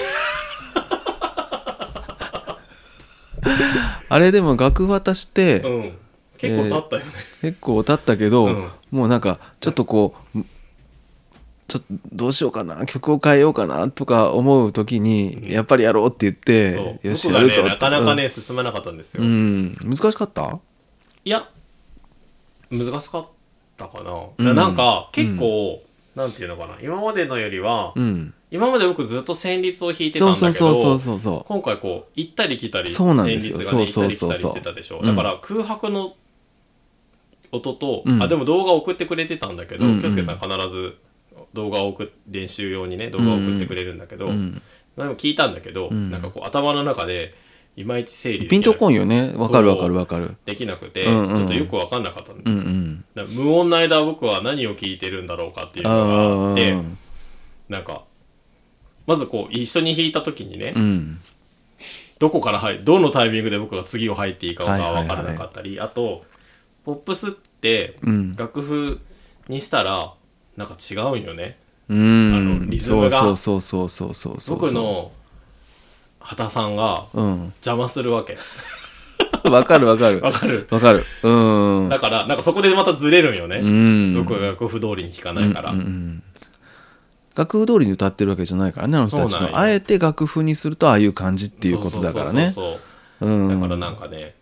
あれでも額渡してうん。結構経ったよね。結構経ったけど、うんもうなんかちょっとこう、ちょっとどうしようかな曲を変えようかなとか思う時に、んやっぱりやろうって言ってそう。よし僕やがるぞっね、てなかなかね、進まなかったんですうよ。ん、うん難しかったいや、難しかったかな。うんなんか、結構、なんていうのかな、今までのよりは、うん今まで僕ずっと旋律を弾いてたんそだうけそうど、そうそうそうそ今回こう行ったり来たりそうなんですよ旋律がねそうそうそう行ったり来たそうりしてたでしょうんだから空白の音と、うんあでも動画送ってくれてたんだけどうんうん京介、さん必ず動画を送っ練習用にね動画を送ってくれるんだけど、う、うん、でも聞いたんだけど、うんなんかこう頭の中でいまいち整理できピンとこんなよねわかるわかるわかるできなくて、うんうんうんちょっとよく分かんなかったんだうんうんだから無音の間僕は何を聞いてるんだろうかっていうあのがああってーなんかまずこう一緒に弾いた時にね、うんどこから入どのタイミングで僕が次を入っていいかが分からなかったり、あとポップスってうん楽譜にしたらなんか違うんよねうあんのリズムがそうそうそうそうそうそう僕の畑さんがうん邪魔す るわけわかるわかるわかるわかるうんだからなんかそこでまたずれるんようね、ん僕が楽譜通りに弾かないから、うんうんうん楽譜通りに歌ってるわけじゃないからねあの人たちそうなんのよあえて楽譜にするとああいう感じっていうことだからねそうそうそうそううんだからなんかね、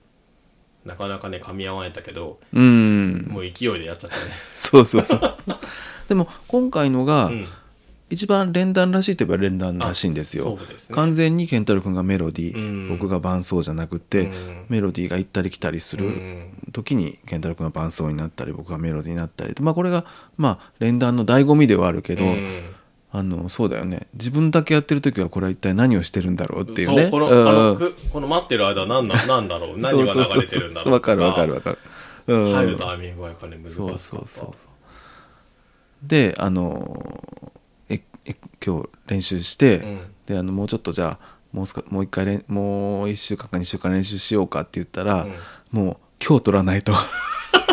なかなかね、噛み合わないんだけど、うんもう勢いでやっちゃったね。そうそう そうでも今回のがうん一番連弾らしいといえば連弾らしいんですよそうですね。完全に健太郎君がメロディうんー僕が伴奏じゃなくてうんメロディーが行ったり来たりすうるん時に健太郎君が伴奏になったり僕がメロディーになったりとまあこれがまあ連弾の醍醐味ではあるけど、うんあのそうだよね自分だけやってる時はこれは一体何をしてるんだろうっていうそねう、この、うんあの、くこの待ってる間は 何な、なんだろう、何が流れてるんだろう。わかるわかる。わかる、うん、入るタイミングはやっぱり難しかそっうた。そうそうであのええ今日練習して、うんであのもうちょっとじゃあもうすかもう一回れんもう1週間か2週間練習しようかって言ったら、うんもう今日取らないと も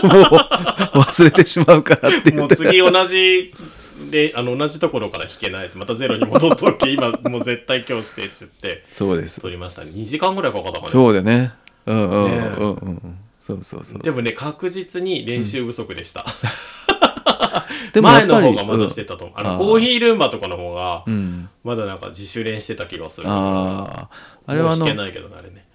う忘れてしまうからって言もっうて次同じ、で あの同じところから弾けないまたゼロに戻っとけ今もう絶対今日してって言ってそうです撮りましたね2時間ぐらいかかったかなそうだねうんうんうんねえうんうんそうそうそうそうでもね確実に練習不足でした、でもや前っのぱり方がまだしてたと思う。ああーの、コーヒールンバとかの方がう、んまだなんか自主練してた気がする。あああれはあのもう弾けないけどね、あれね。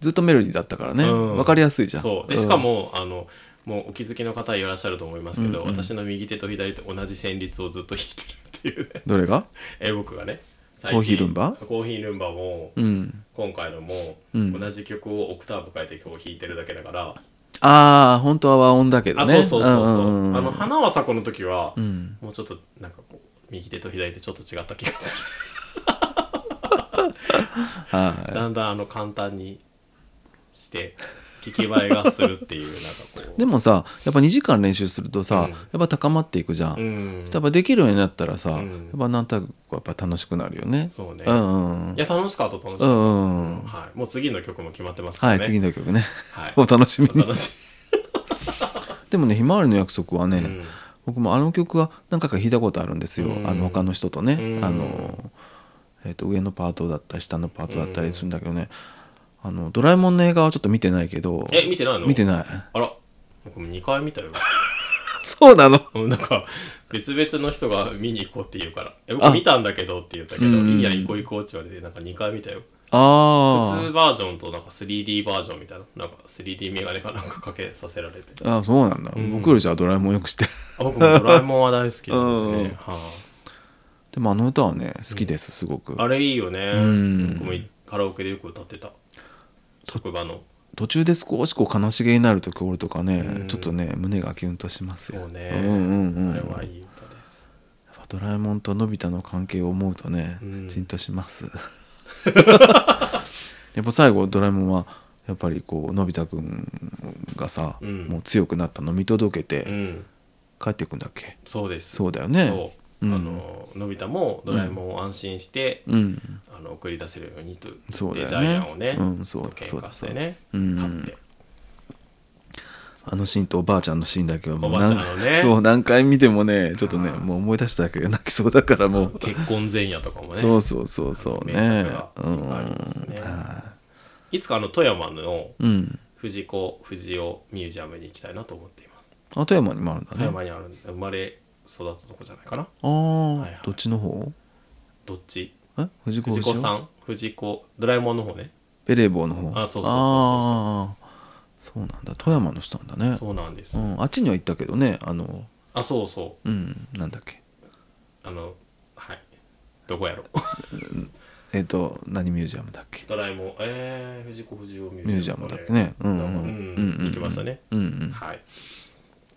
ずっとメロディーだったからね、うんわかりやすいじゃんそう。で、しかも、あの、もうお気づきの方いらっしゃると思いますけど、私の右手と左手同じ旋律をずっと弾いてるっていう ね。どれがえ、僕がね。最近コーヒールンバコーヒールンバも、うん今回のも、うん同じ曲をオクターブ変えて今日弾いてるだけだから。ああ本当は和音だけどあ、ねそうそうそうそう。んんんあの、花はさこの時は、うんもうちょっと、なんかこう、右手と左手ちょっと違った気がする。はいだんだんあの簡単にして聞き栄えがするっていうなんか こうでもさやっぱ2時間練習するとさ、うんやっぱ高まっていくじゃん、うやんっぱできるようになったらさ、うんやっぱなんとなくやっぱ楽しくなるよねそうね、ういんうんうんや楽しかった楽しかった、うんうんはい、もう次の曲も決まってますかはらねい次の曲ね はいお楽しみに楽しでもね「ひまわりの約束」はね、み、 うん僕もあの曲は何回か弾いたことあるんですよ、うんあの他の人とね、うんあの、えっと上のパートだったり下のパートだったりするんだけどね、あのドラえもんの映画はちょっと見てないけどえ見てないの見て ないあら僕も2回見たよそうなのうんなんか別々の人が見に行こうって言うから「えあ僕見たんだけど」って言ったけどうん「いいや行こう行こう」って言われてなんか2回見たよ普あ通バージョンとなんか 3D バージョンみたいななんか 3D メガネかなんかかけさせられてーあそうなんだ、うん僕よりじゃあドラえもんよく知ってる あ僕もドラえもんは大好きなんうんでうんね、はいでもあの歌はね好きですすごく、あれいいよね。ん僕もカラオケでよく歌ってた。職場の。途中で少しこう悲しげになるところとかね、うんちょっとね胸がキュンとしますよそうねんうんうんあれはいい歌です。やっぱドラえもんとのび太の関係を思うとね、うんじんとしますやっぱ最後ドラえもんはやっぱりこうのび太くんがさ、うんもう強くなったの見届けてうん。帰っていくんだっけ、そうです。そうだよねそううんあの、のび太もドラえもんを安心して、うんあの送り出せるようにと。そうだよねでジャイアンをね。うんそうだ喧嘩してね。うん勝って。あのシーンとおばあちゃんのシーンだけはもうおばあちゃんのね何そう何回見てもねちょっとねもう思い出しただけで 泣きそうだからもう、結婚前夜とかもね。そうそうそうそうね名作がうんありますねはいつかあの富山のいうん藤子不二雄ミュージアムに行きたいなと思っています。あ富山にもあるんだね富山にあるんで生まれ育ったとこじゃないかな。ああ、はいはいどっちの方どっちえ藤子藤子不二雄さん藤子ドラえもんの方ねベレー帽の方あそうそうそうそうそうあーそうなんだ富山の人なんだねそうなんです、うん、あっちには行ったけどねあのあそうそうんなんだっけうあのはいどこやろえっ、と何ミュージアムだっけドラえもんえー、藤子不二雄ミュミュージアムだっけねうんうなんんかううんんうんうん行きましたねうんうんはい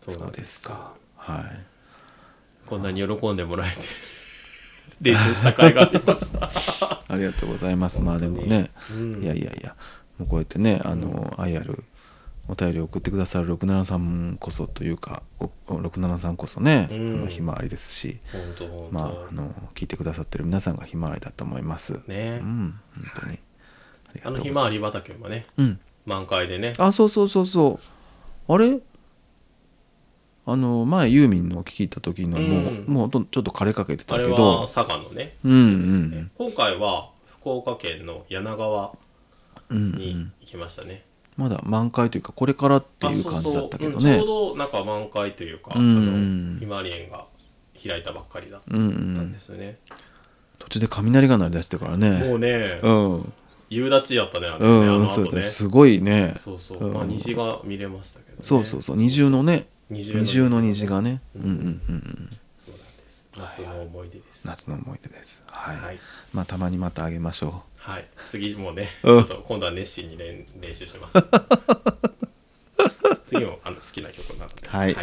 そうなそうんでですすかはいこんなに喜んでもらえて練習した甲斐がありましたありがとうございますまあでもね、うんいやいやいやもうこうやってねあの愛あるお便りを送ってくださる67さんこそというかお67さんこそね、うんあのひまわりですし本当本当まああの聞いてくださってる皆さんがひまわりだと思います、ねうん本当にりあがのとうひございますまわり畑もねうん満開でねあそうそうそうそうあれあの前ユーミンのお聞き行った時のもう、うんもうほんとちょっと枯れかけてあたけれはど佐賀のね、うんうん今回は福岡県の柳川うんうん、に行きましたね、まだ満開というかこれからっていう感じだったけどねあそうそううんちょうどなんか満開というか、うんうんあのひまわり園が開いたばっかりだっうんうたんでんすよね、途中で雷が鳴り出してからねもうね、うん夕立ちやったねあれうね、あん、のそう後だねねすごいねそうそう、うんまあ虹が見れましたけど、ね、そうそうそう二重のね二重二重の虹ねがねううんんうんうんうんそうなんです夏の思い出です夏の思い出ですはい、はい、まあたまにまたあげましょはい、次もね、うんちょっと今度は熱心に練練習 します次もあの好きな曲なので、はい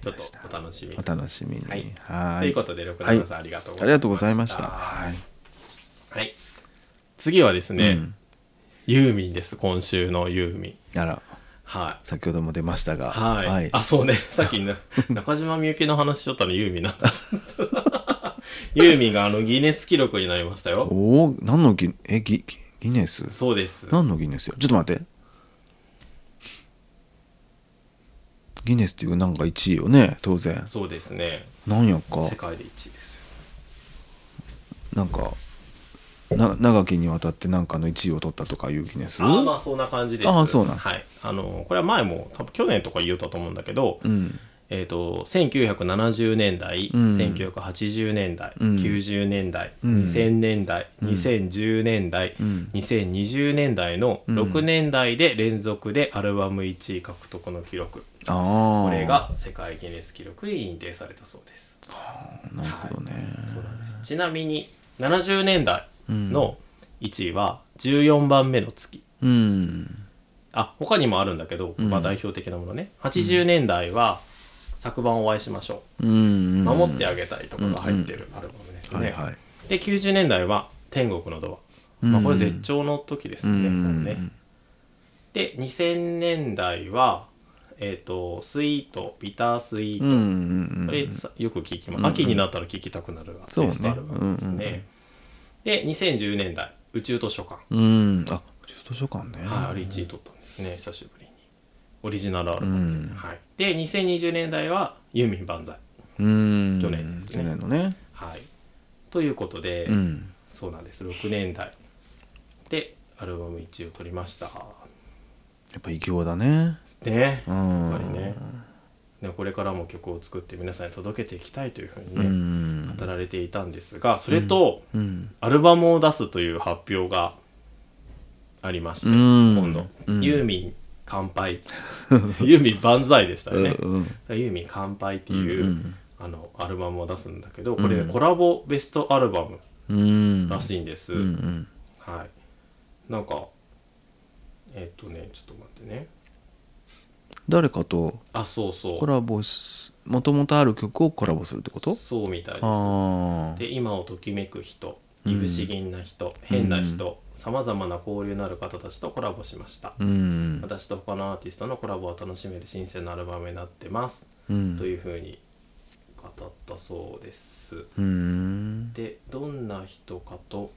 ちょっとお楽しみうお楽しみにはいはといういことで六田さん、ありがとうございましたありがとうございましたはいはい次はですね、うんユーミンです今週のユーミンならはい先ほども出ましたがはい、あそうね さっきな中島みゆきの話しちゃったのユーミンなんだ ユーミンがあのギネス記録になりましたよおお何のギえギギギネスそうです何のギネスよちょっと待ってギネスっていうなんか1位よね当然そうですねなんやか世界で1位ですよなんかな長きにわたってなんかの1位を取ったとかいうギネスあーまあそんな感じですあーそうなんはい、あのこれは前も多分去年とか言おうたと思うんだけど、うんえー、と1970年代、うん1980年代、うん90年代、うん2000年代、2010年代、うん2020年代のうん6年代で連続でアルバム1位獲得の記録、ああこれが世界ギネス記録に認定されたそうです。なるほどね、そうなんですちなみに70年代の1位は14番目の月。うんあ他にもあるんだけど、うんまあ代表的なものね80年代は昨晩お会いしましょうんうんう、守ってあげたいとかが入ってるアルバムですね、はいはいで90年代は天国のドア、うんまあ、これ絶頂の時ですうね、んもうねで2000年代はえっ、とスイートビタースイーうト、んうんこれさよく聴きまうん秋になったら聴きたくなるベそうねストアルバムですうねんうんうんで2010年代宇宙図書館、うんうんあ中途書館ねはい、あれ1位取ったんですね久しぶりにオリジナルアルバうム、んはい、で2020年代はユーミン万歳、うん去年です去ね年のねはい、ということで、うんそうなんです6年代でアルバム1位を取りましたやっぱ異形だねねうんやっぱりねでこれからも曲を作って皆さんに届けていきたいというふううにね、ん語られていたんですがそれとうんアルバムを出すという発表がありまして、うん今度、うんユーミン乾杯 ユーミン万歳でしたよね、うんユーミン乾杯っていう、うんあのアルバムを出すんだけどこれ、うんコラボベストアルバムうんらしいんです、うんうんはいなんかえっとねちょっと待ってね誰かとあそうそうコラボしもともとある曲をコラボするってことそうみたいでああすで今をときめく人うんいぶし銀な人、変な人さまざまな交流のある方たちとコラボしました、うん私と他のアーティストのコラボを楽しめる新鮮なアルバムになってます、うんというふうに語ったそうですうんでどんな人かと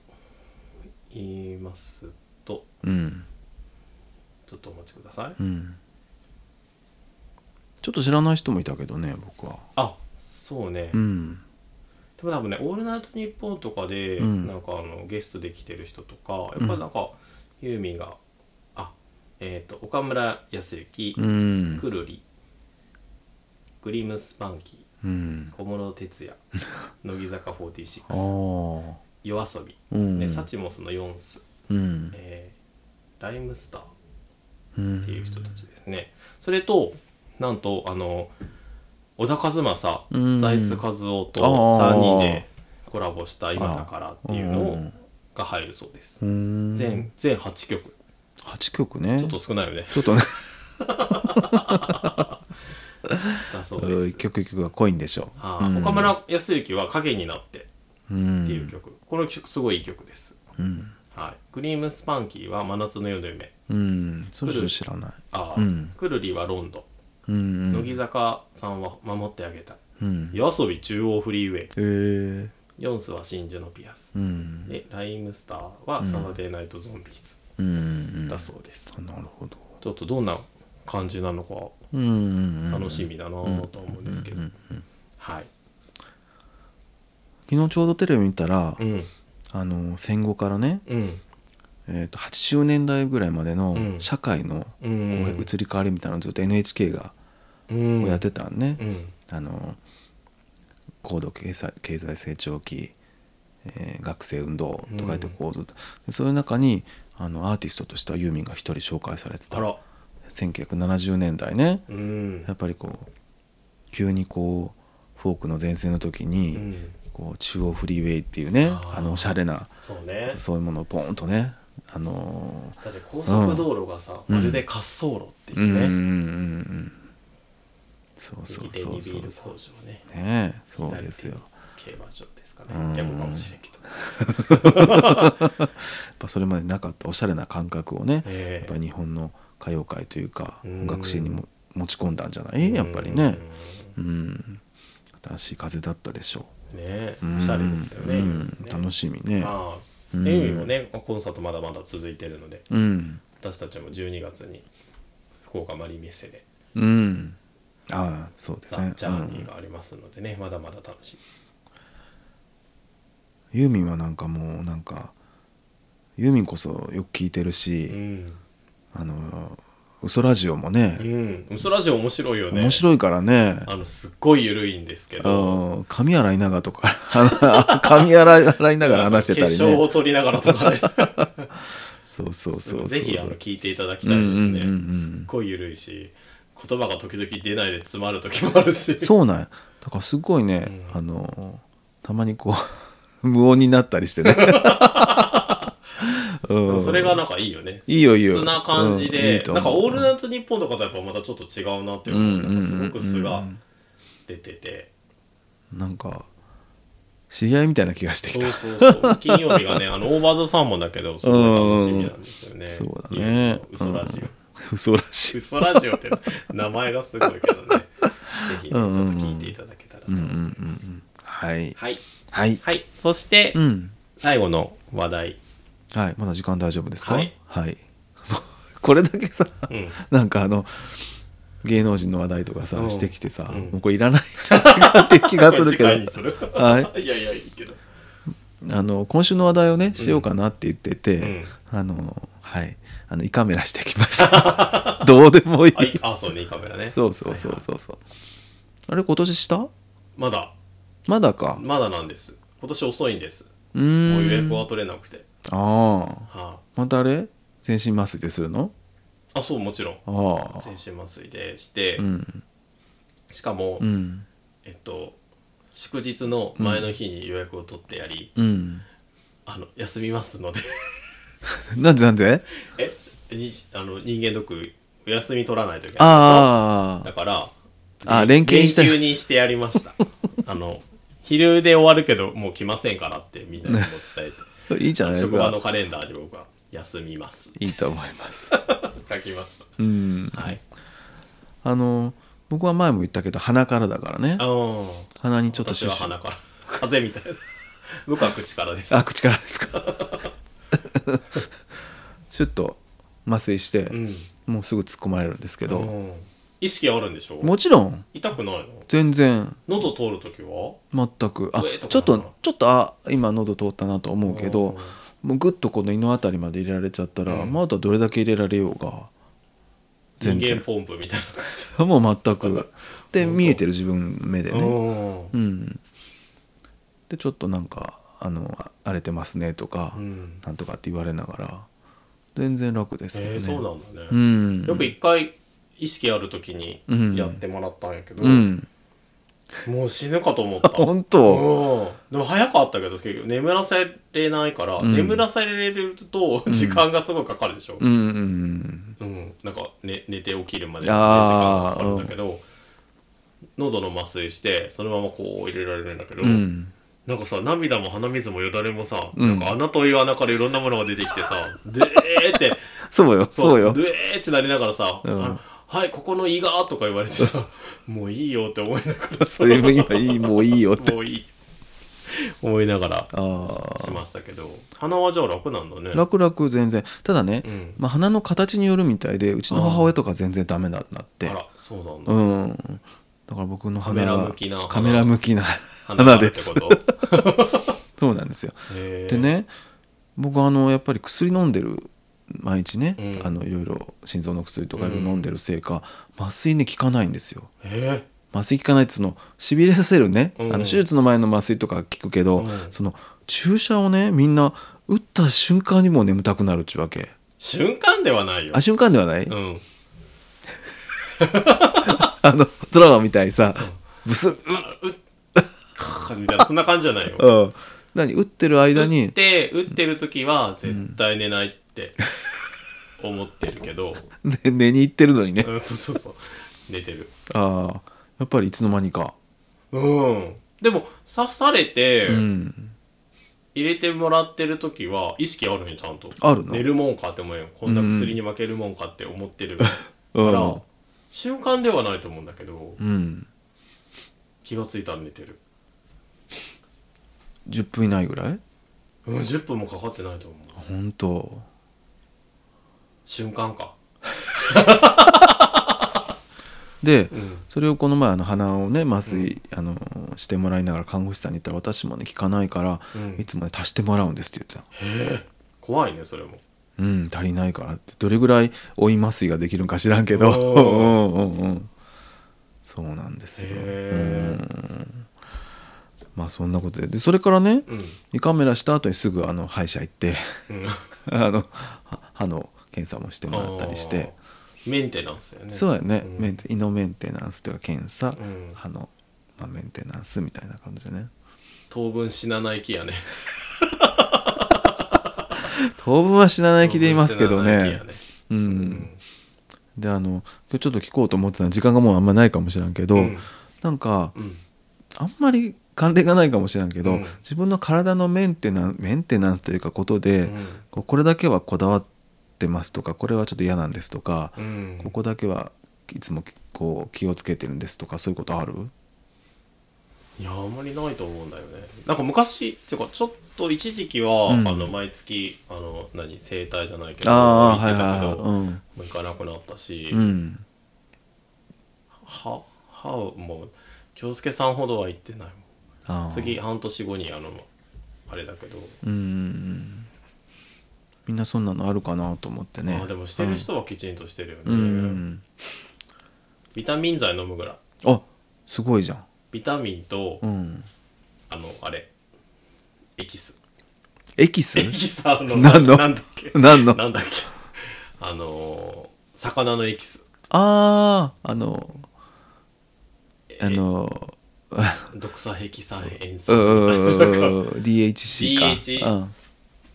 言いますとうんちょっとお待ちくださいうんちょっと知らない人もいたけどね僕はあそうね、うんでも多分ね「オールナイトニッポン」とかで、うんなんかあのゲストで来てる人とかうやんっぱりなんか、ユーミンがあえっ、と岡村康之、うんくるりグリムスパンキーうん小室哲 哉乃木坂あ46あ夜遊び、うんでサチモスのヨンス、うんえーライムスターうんっていう人たちですね。それと、なんと、あの、小田和正、うん財津和夫とあー3人でコラボした今だからっていうのうをんが入るそうです。うん全、全8曲。 8曲ねちょっと少ないよね。ちょっとねだそうで一す。曲一曲が濃いんでしょうあーうん岡村康之は影になってっうんていう曲。この曲、すごいいい曲です。うんはい。クリームスパンキーは真夏の夜の夢。うんそれちょっと知らないああ、うんくるりはロンド。うんうん乃木坂さんは守ってあげたい。うん夜遊び中央フリーウェイ。へえヨンスは真珠のピアス。うんで、ライムスターはサバデーナイトゾンビーズうんだそうです。なるほどちょっとどんな感じなのかうんうんうん楽しみだなとは思うんですけど、はい、昨日ちょうどテレビ見たら、うんあの戦後からね、うんえー、と80年代ぐらいまでのうん社会のこううん移り変わりみたいなのをずっと NHK がうんこうやってたんね、うんあの高度経済経済成長期、えー学生運動とか言ってこうずっと、でそういう中にあのアーティストとしてはユーミンが一人紹介されてあたら1970年代ねうんやっぱりこう急にこうフォークの前線の時に、うんこう中央フリーウェイっていうねあーあのおしゃれなそうねそういうものをポンとねあのだって高速道路がさ、うんまるで滑走路ってーいううんうんうんうね、んそうそう右手そうにビそーうルそ工場ねうねそうですよや左手に競馬場ですかうんねでもかもしれんけど、っぱそれまでなかったおしゃれな感覚をねやっえぱり日本の歌謡界というかうん音楽シーンにも持ち込んだんじゃなえいやっぱりねうん新しい風だったでしょうんねううんおしゃれですよね,、うんね楽しみねまあ、うんエミもねコンサートまだまだ続いてるのでうん私たちも12月に福岡マリンメッセでうんああそう「ですザ・ねジャーうニー」んがありますのでね、まだまだ楽しいユーミンはなんかもうなんかユーミンこそよく聞いてるし、うん、あの嘘ラジオもねう、ん、嘘ラジオ面白いよね面白いからねあのすっごい緩いんですけあどの髪洗いながらとか あの髪洗い洗いながら話してたり化粧ねを取りながらとかねそうそうそうそうぜひあの聞いていただきたいですね、うんうんうんうんすっごい緩いし言葉が時々出ないで詰まる時もあるしそうなんやだからすごいね、うんあのたまにこう 無音になったりして ね、うん、それがなんかいいよね。いいよいいよ素な感うんいじいで、と思なうんかオールナイトニッポンとかとやっぱまたちょっと違うなっていうう、んうんなうんんかすごく素がうん出てて、なんか知り合いみたいな気がしてきそうたそうそう、金曜日がね、あの、オーバーザサーモンだけど、すごい楽しみなんですよね。そうだね嘘ラジオ。嘘らしい嘘ラジオって名前がすごいけど ね。ぜひね、ちうょんっうんとうん聞いていただけたらとうんうん思ういんうます。んはいはい。はいはい。そしてう、ん最後の話題。はい、まだ時間大丈夫ですか。ははいい。 これだけさ、うん。 なんかあの。芸能人の話題とかさ、うんしてきてさ、うんもうこれいらないんじゃないかって気がする けどこれ。次回にする はいやいや、いいけど。あの、今週の話題をね、しようかなって言ってて。うんあの、はい、あの胃カメラしてきました。 どうでもいい。はい。あ、そうね、いいカメラね。そうそうそうそうそう。あれ、今年した。まだ、まだか。まだなんです。今年遅いんです。うもう予約ーはん。取れなくて。ああ、はまたあれ、全身麻酔でするの。あ、あ、そう、もちろん。ああ。全身麻酔でして、うん。しかも、うん。えっと、祝日の前の日に予約を取ってやり、うん。あの、休みますので、なんでなんで え、にあの人間ドック、お休み取らないといけないあだから、あ連休にして連休にしてやりま した。あの、昼で終わるけど、もう来ませんからってみんなにも伝えて、 あ、いいじゃないです職場かの。カレンダーに僕は、休みます。 いいと思います。書きました。うん。はい。あの、僕は前も言ったけど、鼻からだからねあ。の鼻にちょっと私シュはッシュ鼻から。風邪み たいな。僕は口からです。あ、口からですか。 シュッと麻酔してう、ん。もうすぐ突っ込まれるんですけど、うん意識あるんでしょもちろん、痛くないの全然、喉通るときは全く、あ上とかな、ちょっと、ちょっと、あ、今喉通ったなと思うけうんど、もうぐっとこの胃のあたりまで入れられちゃったら、うんまだどれだけ入れられようが、全人間然。ポンプみたいな感じ。もう全く。で、本当見えてる自分の目でね。うんうん、でちょっとなんかあのあ荒れてますねとか、うん。なんとかって言われながら全然楽ですけどね、えー、そうなんだね。うんよく一回意識あるときにうんやってもらったんやけど、うん。もう死ぬかと思った本当うんでも早かったけど結局眠らせれないから、うん眠らせれると時間がすごいかかるでしょ、うんうんうん、なんか寝寝て起きるまで時間あがーかかるんだけど、喉の麻酔してそのままこう入れられるんだけど、うんうんなんかさ涙も鼻水もよだれもさ、うんなんか穴という穴からいろんなものが出てきてさ でーってそうよそうよで ーってなりながらさ、うんあのはいここの胃が」とか言わ れてさもういいよって思いながらさそれも今いいもういいよってもういい思いながらあしあましたけど鼻はじゃあ楽なんだね楽々全然ただね、うんまあ、鼻の形によるみたいでうちの母親とか全然ダメだなってあらそうなんだ、うんだから僕の鼻カメラは向きな鼻カメラ向きな があ鼻るっでてすことそうなんですよへーでね僕あのやっぱり薬飲んでる毎日ね、うんあのいろいろ心臓の薬とかいろいろ飲んでるせいか、麻酔ね効かないんですよへ麻酔効かないってそのしびれさせるね、うんあの手術の前の麻酔とか効くけど、うんその注射をねみんな打った瞬間にもう眠たくなるっちゅうわけー瞬間ではないよあ瞬間ではない、うんあのドラマみたいにさ、ブスッあうっみたいなそんな感じじゃないようん何打ってる間打っにて打ってる時は絶対寝ないって思ってるけど、ね寝に行ってるのにね、うん、そうそうそう寝てるああやっぱりいつの間にかうんでも刺されてうん入れてもらってる時は意識あるねちゃんとあるの寝るもんかって思うよこんな薬に負けるもんかって思ってるかうら、ん瞬間ではないと思うんだけどうん気がついたら寝てる、 10分以内ぐらいうん、10分もかかってないと思う本当瞬間かでうんそれをこの前あの鼻をね麻酔、あのしてもらいながら看護師さんに言ったら私もね効かないからうんいつもね足してもらうんですって言って怖いねそれもたうん足りないからってどれぐらい追い麻酔ができるんか知らんけどおうんうんうんそうなんですよへうーんまあそんなことででそれからねうん胃カメラした後にすぐあの歯医者行って うんあのは歯の検査もしてもらったりしてあーメンテナンスだよねそうだよね、んメンテ胃のメンテナンスというか検査、うん歯の、まあ、メンテナンスみたいな感じでね当分死なない木やね当分は死なない気でいますけどねううんんであの今日ちょっと聞こうと思ってたの時間がもうあんまないかもしらんけど、うんなんかうんあんまり関連がないかもしらんけど、うん自分の体のメンテナンメンテナンスというかことで、うんこうこれだけはこだわってますとかこれはちょっと嫌なんですとか、うんここだけはいつもこう気をつけてるんですとかそういうことあるいやあんまりないと思うんだよねなんか昔っていうかちょっと一時期は、うんあの毎月あの何整体じゃないけどああ行っはいてはたけいどもはう行かなくなったし、いうん、うん、は歯をもう京介さんほどは行ってないあもんあ次半年後にあのあれだけど、うんうんうんみんなそんなのあるかなと思ってねまあでもしてる人はきちんとしてるよね、うん、うんビタミン剤飲むぐらいあすごいじゃんビタミンと、うんあのあれエキスエキス エキスあの何のなんだっけ何のなんだっけあのー魚のエキスあああのあの毒素ヘキサエンう酸ー DHC か DH うん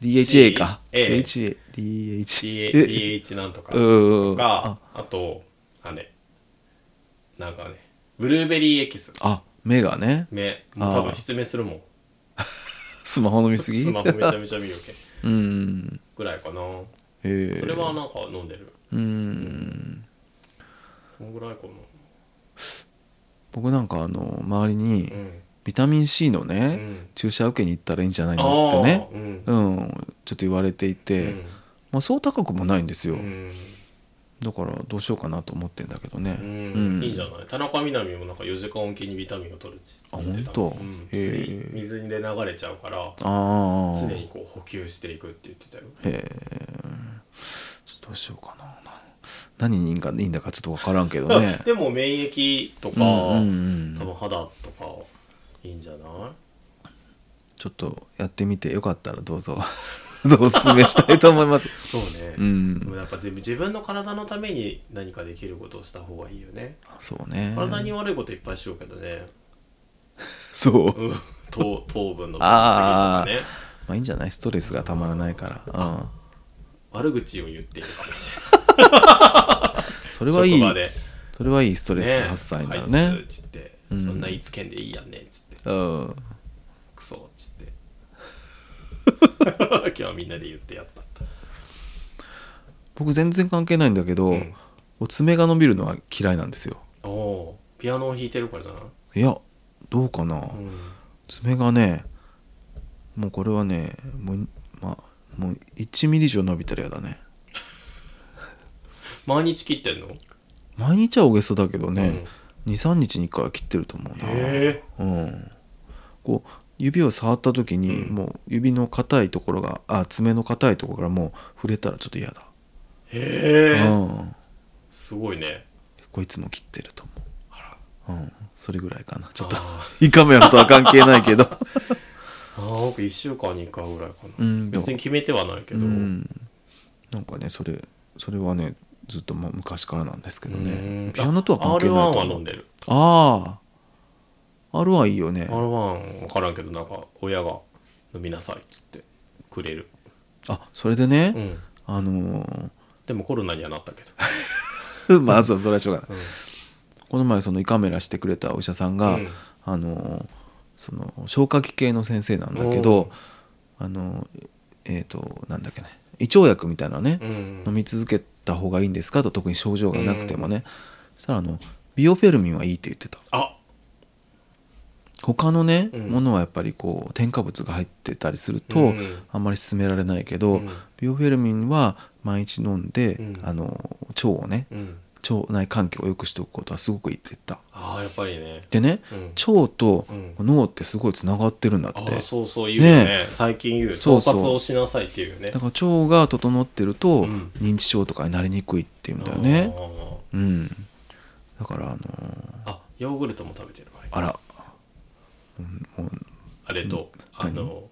DHA か A DHA DA DH DH なんと かうとんかあとあれなんかねブルーベリーエキスあ目がね目もう多分失明するもんスマホ飲みすぎスマホめちゃめちゃ見るけうんぐらいかなへ えそれはなんか飲んでるうんこのぐらいかな僕なんかあの周りにうんビタミン C のうねん注射受けに行ったらいいんじゃないあのってーねうんうんちょっと言われていてまあそう高くもないんですうよんだからどうしようかなと思ってんだけどねううんんいいんじゃない田中みな実もなんか4時間おきにビタミンを取るってあ言ってたほんとうんへえ水にで流れちゃうからああ常にこう補給していくって言ってたよえーどうしようかなな何にいいんかいいんだかちょっと分からんけど ねでも免疫とか、うんうんう多分ん肌とかいいんじゃないちょっとやってみてよかったらどうぞ おすすめしたいと思いますそうね、うんでもやっぱでも自分の体のために何かできることをした方がいいよねそうね体に悪いこといっぱいしようけどね、そううん、糖糖分のあー取り過ぎとかねまあいいんじゃないストレスがたまらないから悪口を言っているかもしうんそれれなはいいい職場でそれはいいストレスね発散になるあねいつっつって、うんそんないつけんでいいやんねっつってうんクソっつって今日はみんなで言ってやった僕全然関係ないんだけど、うんお爪が伸びるのは嫌いなんですよおおーピアノを弾いてるからじゃないい、やどうかな、うん爪がねもうこれはねもう,、まあ、もう1ミリ以上伸びたらやだね毎日切ってんの毎日は大げさだけどね、23日に1回は切ってると思うなへえうん、こう指を触った時に、うんもう指の硬いところがあ爪の硬いところからもう触れたらちょっと嫌だ、へえ、うん、すごいね結構いつも切ってるとあ思う、うん、それぐらいかなちょっとあ胃カメラとは関係ないけど ーあー僕1週間に1回ぐらいかな、うん別に決めてはないけうど、ん、なんかねそれそれはねずっとまあ昔からなんですけどうねんピアノとは関係ないと R1 は思飲うんでるああ R はいいよね R1 分からんけどなんか親が飲みなさいっつってくれるあそれでね、うんあのーでもコロナにはなったけど まあそうそれはしょうがない、うんこの前その胃カメラしてくれたお医者さん が、うんあのその消化器系の先生なんだけどあのえっ、となんだっけね胃腸薬みたいなのね、うん飲み続けた方がいいんですかと特に症状がなくてもね、そしたらあのビオフェルミンはいいって言ってたあ他のね、うんものはやっぱりこう添加物が入ってたりすると、うんあんまり勧められないけど、うんビオフェルミンは毎日飲んで、うんあの腸をねうん腸内環境を良くしておくことはすごくいいって言ったああやっぱりねでね、うん腸とうん脳ってすごいつながってるんだって、ああそうそう言うよねね最近言うそうそう統括をしなさいっていうよねだから腸が整ってると、うん認知症とかになりにくいっていうんだよねうんだからあのーあーあヨーグルトも食べてる場あ合ら、うんもうあれとあ何のオ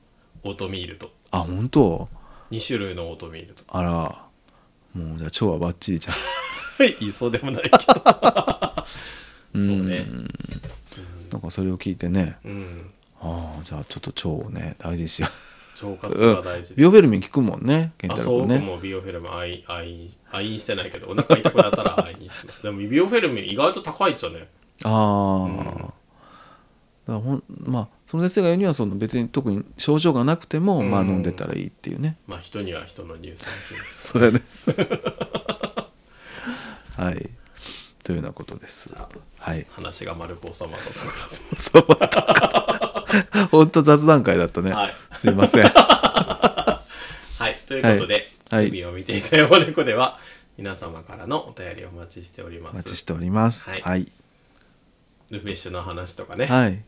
ートミールとあ本当2種類のオートミールとあらもうじゃあ腸はバッチリじゃんい そうでもないけど そうねんなんかそれを聞いてねうんああじゃあちょっと腸をね大事にしよ 腸う活が大事うんビオフェルミン効くもんね健あ太そう郎君僕ねもビオフェルミン愛愛愛飲してないけどお腹痛くなったら愛飲しますでもビオフェルミン意外と高いっちゃねああ、だからほんまあその先生が言うにはその別に特に症状がなくても、まあうん飲んでたらいいっていうねまあ人には人の乳酸菌ですそうやね。はい。というようなことです。はい。話が丸く収まったと思いますそう本当雑談会だったね。はいすいま せん。はい、ということで、はいはい海を見ていたよ猫では、皆様からのお便りをお待ちしておりまお待ちしす。ております。はいはい。ルメッシュの話とかね、はい。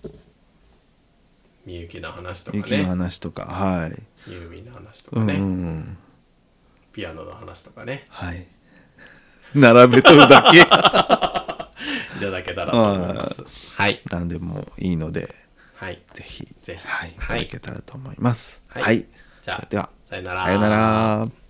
みゆきの話とかゆきのね、話とか、はい。ユーミンの話とうかんうね、んうん。ピアノの話とかね、はい。並べとるだ けいただけたらと思います。はい、なんでもいいので、はい、ぜひ、ぜひはい、いたはいだけたらと思います。はいはい。じゃあそれでは、さよなら。さようなら。